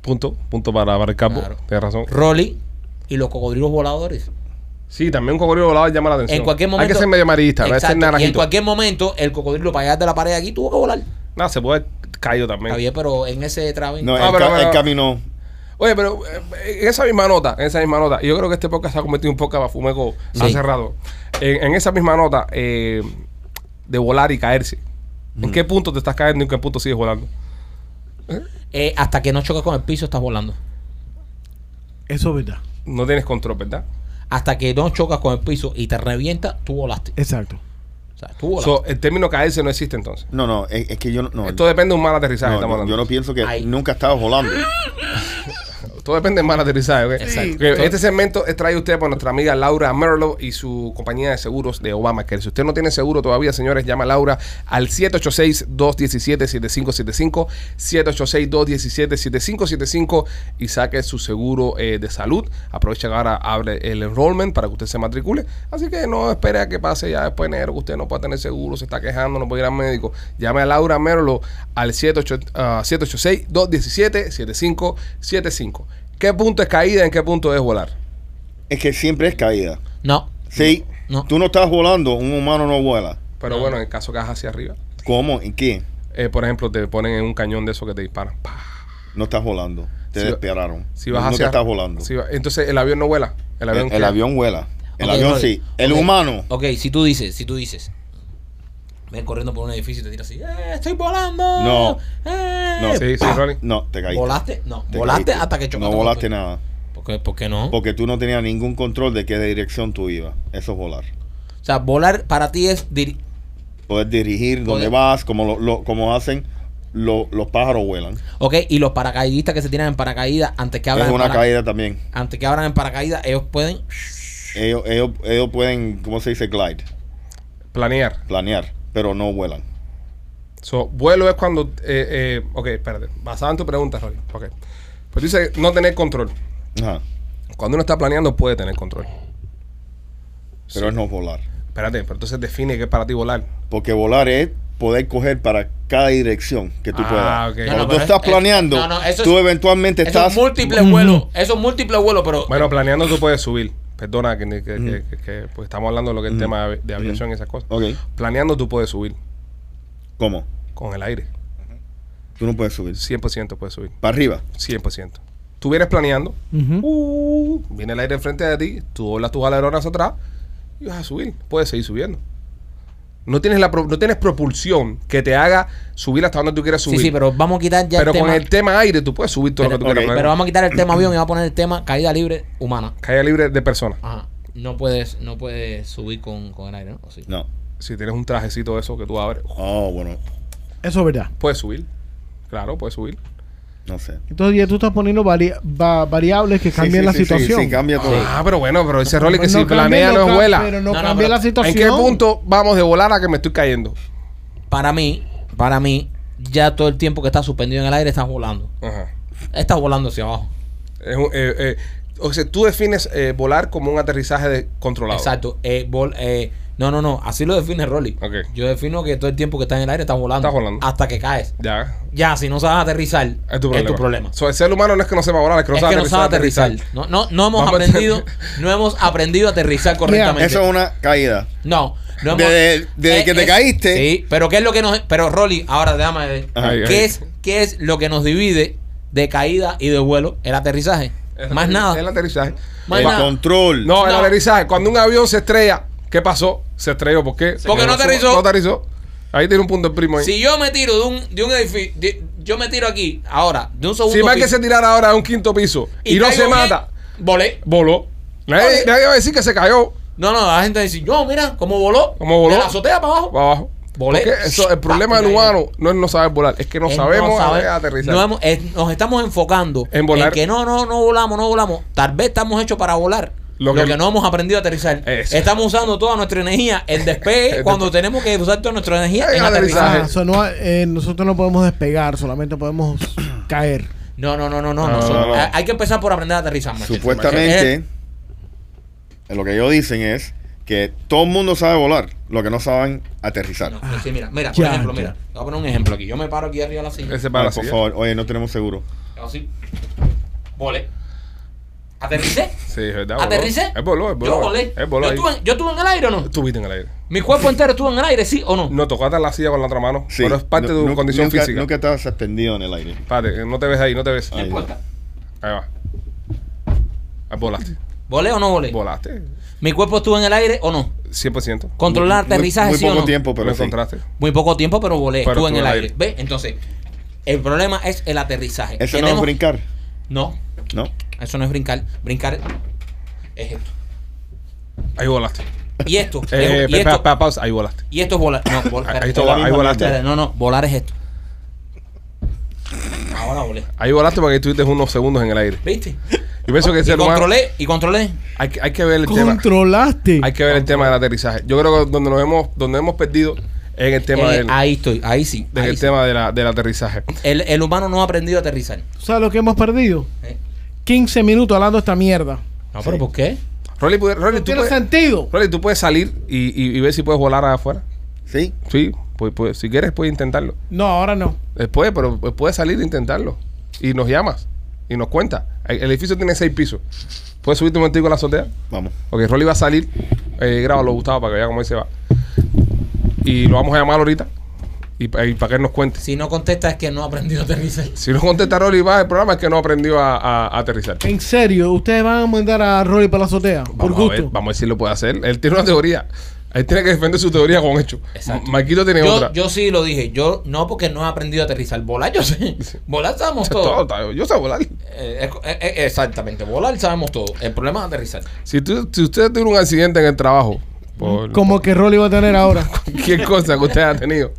Punto, punto para, para el campo. Claro. Tienes razón. Rolly y los cocodrilos voladores. Sí, también un cocodrilo volador llama la atención. En cualquier momento. Hay que ser medio amarillista, no hay que ser Exacto, Y en naranjito. cualquier momento, el cocodrilo para llegar de la pared aquí tuvo que volar. Nada, se puede caído también. Está bien, pero en ese traven. No, eh. Ah, el, pero- ca- pero- el camino. Oye, pero eh, en esa misma nota, en esa misma nota, yo creo que este podcast se ha convertido en un podcast para Fumeco Sí. hace rato. En, en esa misma nota, eh, de volar y caerse. ¿En qué punto te estás cayendo y en qué punto sigues volando? Eh, hasta que no choques con el piso, estás volando. Eso es verdad. No tienes control, ¿verdad? Hasta que no chocas con el piso y te revienta, tú volaste. Exacto. O sea, tú volaste. So, el término caerse no existe entonces. No, no, es, es que yo no. no, Esto depende de un mal aterrizaje, no, estamos no, hablando. yo no pienso que Ay. nunca estaba volando. Todo depende del mal aterrizaje, ¿ok? Exacto. Ok, Este segmento es traído a usted por nuestra amiga Laura Merlo y su compañía de seguros de Obamacare. Si usted no tiene seguro todavía, señores, llama a Laura al 786-217-7575, 786-217-7575 y saque su seguro eh, de salud. Aprovecha que ahora abre el enrollment para que usted se matricule. Así que no espere a que pase ya después de enero que usted no pueda tener seguro, se está quejando, no puede ir al médico. Llame a Laura Merlo al 788, ah, 786-217-7575. ¿Qué punto es caída? ¿En qué punto es volar? es que siempre es caída. No. Sí, No. tú no estás volando, un humano no vuela. Pero bueno, en el caso que hagas hacia arriba, ¿Cómo? ¿En qué? eh, por ejemplo, te ponen en un cañón de esos que te disparan. Pa. No estás volando. Te Si- desesperaron. Si vas nunca hacia estás volando. si va- entonces el avión no vuela. El avión, el, el queda- avión vuela. El Ok, avión ok, sí. El ok, humano. Ok, si tú dices, si tú dices. Ven corriendo por un edificio y te tiras así. ¡Eh, estoy volando! No. ¡Eh! No. Sí, sí, ¡Pah! Rolly. No, te caíste. ¿Volaste? No. Te ¿Volaste caíste. hasta que chocaste? No con el volaste piso. nada. ¿Por qué, por qué no? Porque tú no tenías ningún control de qué dirección tú ibas. Eso es volar. O sea, volar para ti es... diri- Poder dirigir dónde Poder- vas, como, lo, lo- como hacen lo- los pájaros vuelan. Ok, y los paracaidistas que se tiran en paracaídas antes que abran Es en una para- caída también. Antes que abran en paracaídas, ellos pueden... Ellos, ellos, ellos pueden, ¿cómo se dice? Glide, Planear. planear, pero no vuelan. So, vuelo es cuando. Eh, eh, ok, espérate. Basado en tu pregunta, Rolly. Ok. Pues dice no tener control. Ajá. Cuando uno está planeando, puede tener control. Pero es no volar. Espérate, pero entonces define qué es para ti volar. Porque volar es poder coger para cada dirección que tú Ah, puedas. ok. No, Cuando no, tú pero estás es- es- planeando, no, no, eso tú es- eventualmente Eso estás. es múltiple vuelo. Eso es múltiple vuelo, pero... Bueno, planeando tú puedes subir. Perdona que, que- que- que- que- pues estamos hablando de lo que es el tema de, de aviación y esas cosas. Ok. Planeando tú puedes subir ¿Cómo? con el aire. Tú no puedes subir. 100% puedes subir. Para arriba. 100%. Tú vienes planeando. uh, viene el aire enfrente de ti. Tú doblas tus alerones hacia atrás y vas a subir. Puedes seguir subiendo. No tienes, la, pro- no tienes propulsión que te haga subir hasta donde tú quieras sí, subir. sí, pero vamos a quitar ya Pero el con tema... el tema aire tú puedes subir todo lo pero, que tú ok, quieras. pero vamos a quitar el tema avión y vamos a poner el tema caída libre humana. Calle libre de personas. Ajá. No puedes, no puedes subir con, con el aire, ¿no? ¿O sí? No. Si tienes un trajecito de eso que tú abres, Oh, bueno. Eso es verdad. puedes subir. Claro, puedes subir. No sé. Entonces ya tú estás poniendo vari- va- variables que cambian Sí, la sí, sí, situación. Sí, sí, cambia todo. Ah, pero bueno, pero dice Rolly que si cambia, planea no no ca- vuela. Pero No, no, no, cambia pero- la situación. ¿En qué punto vamos de volar a que me estoy cayendo? Para mí, para mí, ya todo el tiempo que estás suspendido en el aire estás volando. Ajá. Estás volando hacia abajo. Es un- eh, eh, o sea, tú defines eh, volar como un aterrizaje de- controlado. Exacto. Eh, vol- eh, no, no, no. Así lo define Rolly. Ok. Yo defino que todo el tiempo que estás en el aire estás volando. Estás volando. Hasta que caes. Ya. Ya, si no sabes aterrizar, Es tu problema. problema. So, el ser humano no es que no sepa volar, es que no, es sabe, que no sabes aterrizar. No, no, no Vamos hemos a- aprendido, no hemos aprendido a aterrizar correctamente. Eso es una caída. No, no hemos- Eh, Desde- desde que te caíste. Sí, pero ¿qué es lo que nos. Pero Rolly, ahora déjame ver. Ay, ay. ¿Qué, Es, ¿Qué es lo que nos divide de caída y de vuelo? El aterrizaje. El Más aterri- nada. El aterrizaje. Más el nada. control. No, el No. aterrizaje. Cuando un avión se estrella, ¿qué pasó? Se estrelló. ¿Por qué? Porque no su- aterrizó. No aterrizó. Ahí tiene un punto el primo ahí. Si yo me tiro de un, de un edificio. de- yo me tiro aquí, ahora, de un segundo. si más que piso, se tirara ahora a un quinto piso y, no caigo se bien, mata, Volé. voló. Nadie, Vale. nadie va a decir que se cayó No, no, la gente dice, yo, mira, cómo voló. Como voló. De la azotea para abajo. para abajo. Volé. Porque eso, el Pa, problema del y ahí. humano no es no saber volar, es que no Es sabemos saber- aterrizar. no hemos- es- nos estamos enfocando En volar. que no, no, no volamos, no volamos. Tal vez estamos hechos para volar. Lo Lo, que- que, no hemos aprendido a aterrizar. Eso. Estamos usando toda nuestra energía en despegue cuando tenemos que usar toda nuestra energía En en aterrizaje. aterrizaje. Ah, o sea, no, eh, nosotros no podemos despegar, solamente podemos caer. No, no, no, no, no. No, nosotros- no, no. a- Hay que empezar por aprender a aterrizar. Martín. Supuestamente, lo que ellos dicen es que todo el mundo sabe volar, lo que no saben aterrizar. No, pues sí, mira, mira, por Ya, ejemplo, ya. mira. Te Voy a poner un ejemplo aquí. Yo me paro aquí arriba de la silla. Ese Ay, para la por silla. favor, oye, no tenemos seguro. Así. Volé. ¿Aterricé? Sí, es verdad. voló. ¿Aterricé? Es voló, es voló. Yo volé. Es voló ¿Yo ahí. estuve, en- ¿Yo estuve en el aire o no? Estuviste en el aire. ¿Mi cuerpo entero estuvo en el aire, sí o no? No tocaste la silla con la otra mano. Sí. Pero es parte Nu- de tu nu- condición nunca- física. Nunca estaba suspendido en el aire. Espérate, que no te ves ahí, no te ves. Ahí Ahí va. importa. va. Ahí volaste. ¿Volé o no volé? Volaste. ¿Mi cuerpo estuvo en el aire o no? 100%. ¿Controlar Muy- muy- aterrizaje muy sí o poco no? tiempo, pero lo sí. encontraste. Muy poco tiempo, pero volé. Pero estuve en el estuvo aire. ¿Ves? Entonces, el problema es el aterrizaje. Ese no es Tenemos- brincar, No, ¿no? eso no es brincar. Brincar es esto. Ahí volaste. Y esto. Eh, es- y, pa- esto pa- pa- pausa. Ahí volaste. y esto es volar. No, vol- Ahí, espérate, esto- la ahí misma volaste. espérate, no, no, volar es esto. Ahora volé. Ahí volaste porque estuviste unos segundos en el aire. ¿Viste? Yo pienso que el y ser humano. controlé, y controlé. Hay, que- hay que ver el tema. Controlaste. Hay que ver el tema del aterrizaje. Yo creo que donde nos hemos, donde hemos perdido es en el tema Eh, del, ahí estoy, ahí sí. del- ahí el sí. tema de la- del aterrizaje. El, el humano no ha aprendido a aterrizar. ¿Sabes lo que hemos perdido? ¿eh? 15 minutos hablando de esta mierda. No, pero ¿por qué? Rolly, puede- Rolly, No tú, tiene puedes, sentido. Rolly, tú puedes salir y, y- y ver si puedes volar afuera. Sí. Sí, pues, pues, si quieres puedes intentarlo. No, ahora no. Después, pero pues, puedes salir e intentarlo. Y nos llamas y nos cuentas. El el edificio tiene seis pisos. ¿Puedes subirte un momentico a la azotea? Vamos. Ok, Rolly va a salir. Eh, grábalo, Gustavo, para que vea cómo él se va. Y lo vamos a llamar ahorita. Y, pa- y para que él nos cuente. Si no contesta es que no ha aprendido a aterrizar. Si no contesta Rolly va el programa es que no aprendió a, a- a aterrizar. En serio, ustedes van a mandar a Rolly para la azotea. por Vamos a, ver, gusto. vamos a ver si lo puede hacer. Él tiene una teoría. Él tiene que defender su teoría con hecho. Exacto. Marquito tiene Yo, otra. yo sí lo dije. Yo no porque no he aprendido a aterrizar. Volar yo sé. Volar sabemos Todo, todo. está- yo sé volar. Eh, eh, eh, exactamente. Volar sabemos todo. El problema es aterrizar. Si, tú, si usted tiene un accidente en el trabajo, por Como que Rolly va a tener ahora. cualquier cosa que usted haya tenido,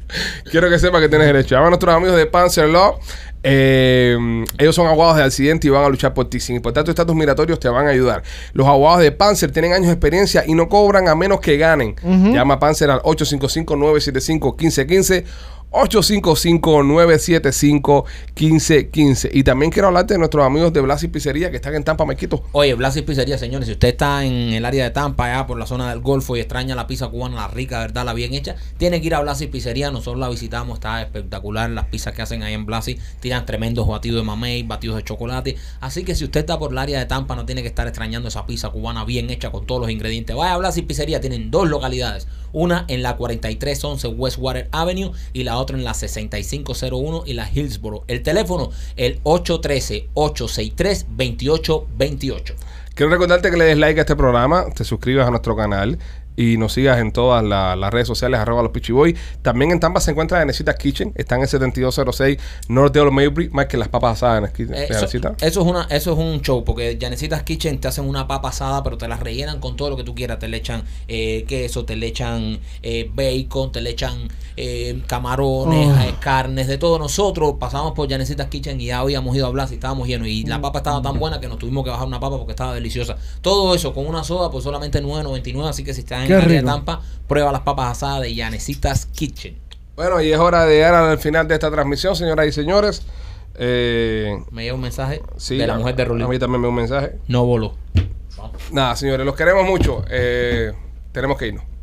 quiero que sepa que tienes derecho. Llama a nuestros amigos de Panzer Law. Eh, ellos son abogados de accidente y van a luchar por ti. Sin importar tu estatus migratorios, te van a ayudar. Los abogados de Panzer tienen años de experiencia y no cobran a menos que ganen. Llama a Panzer al 855-975-1515. 855-975-1515. Y también quiero hablarte de nuestros amigos de Blas y Pizzería que están en Tampa, Mequito. Oye, Blas y Pizzería, señores, si usted está en el área de Tampa, allá por la zona del Golfo y extraña la pizza cubana, la rica, ¿verdad? La bien hecha, tiene que ir a Blas y Pizzería. Nosotros la visitamos, está espectacular las pizzas que hacen ahí en Blasi. Tiran tremendos batidos de mamey, batidos de chocolate. Así que si usted está por el área de Tampa, no tiene que estar extrañando esa pizza cubana bien hecha con todos los ingredientes. Vaya a Blas y Pizzería, tienen dos localidades. Una en la 4311 Westwater Avenue y la otra en la 6501 y la Hillsboro. El teléfono, el 813-863-2828. Quiero recordarte que le des like a este programa, te suscribas a nuestro canal y nos sigas en todas la- las redes sociales, arroba los Pichiboy. También en Tampa se encuentra Necesitas Kitchen, está en el 7206 North de Old Maybury, más que las papas asadas de Eh, Yanecita. Eso, eso es una, eso es un show, porque Janecitas Kitchen te hacen una papa asada, pero te la rellenan con todo lo que tú quieras. Te le echan eh, queso, te le echan eh, bacon, te le echan eh, camarones, Ah. Oh. eh, carnes, de todo. Nosotros pasamos por Janecitas Kitchen y ya habíamos ido a Blas y estábamos llenos. Y Mm. la papa estaba tan buena que nos tuvimos que bajar una papa porque estaba deliciosa. Todo eso con una soda por solamente 9.99. Así que si estás en Qué el área de rico. Tampa, prueba las papas asadas de Janecitas Kitchen. Bueno, y es hora de llegar al final de esta transmisión, señoras y señores. Eh, Me llega un mensaje sí, de la a- mujer de A mí Rolín. también me dio un mensaje. No voló. Nada, señores, los queremos mucho. Eh, tenemos que irnos.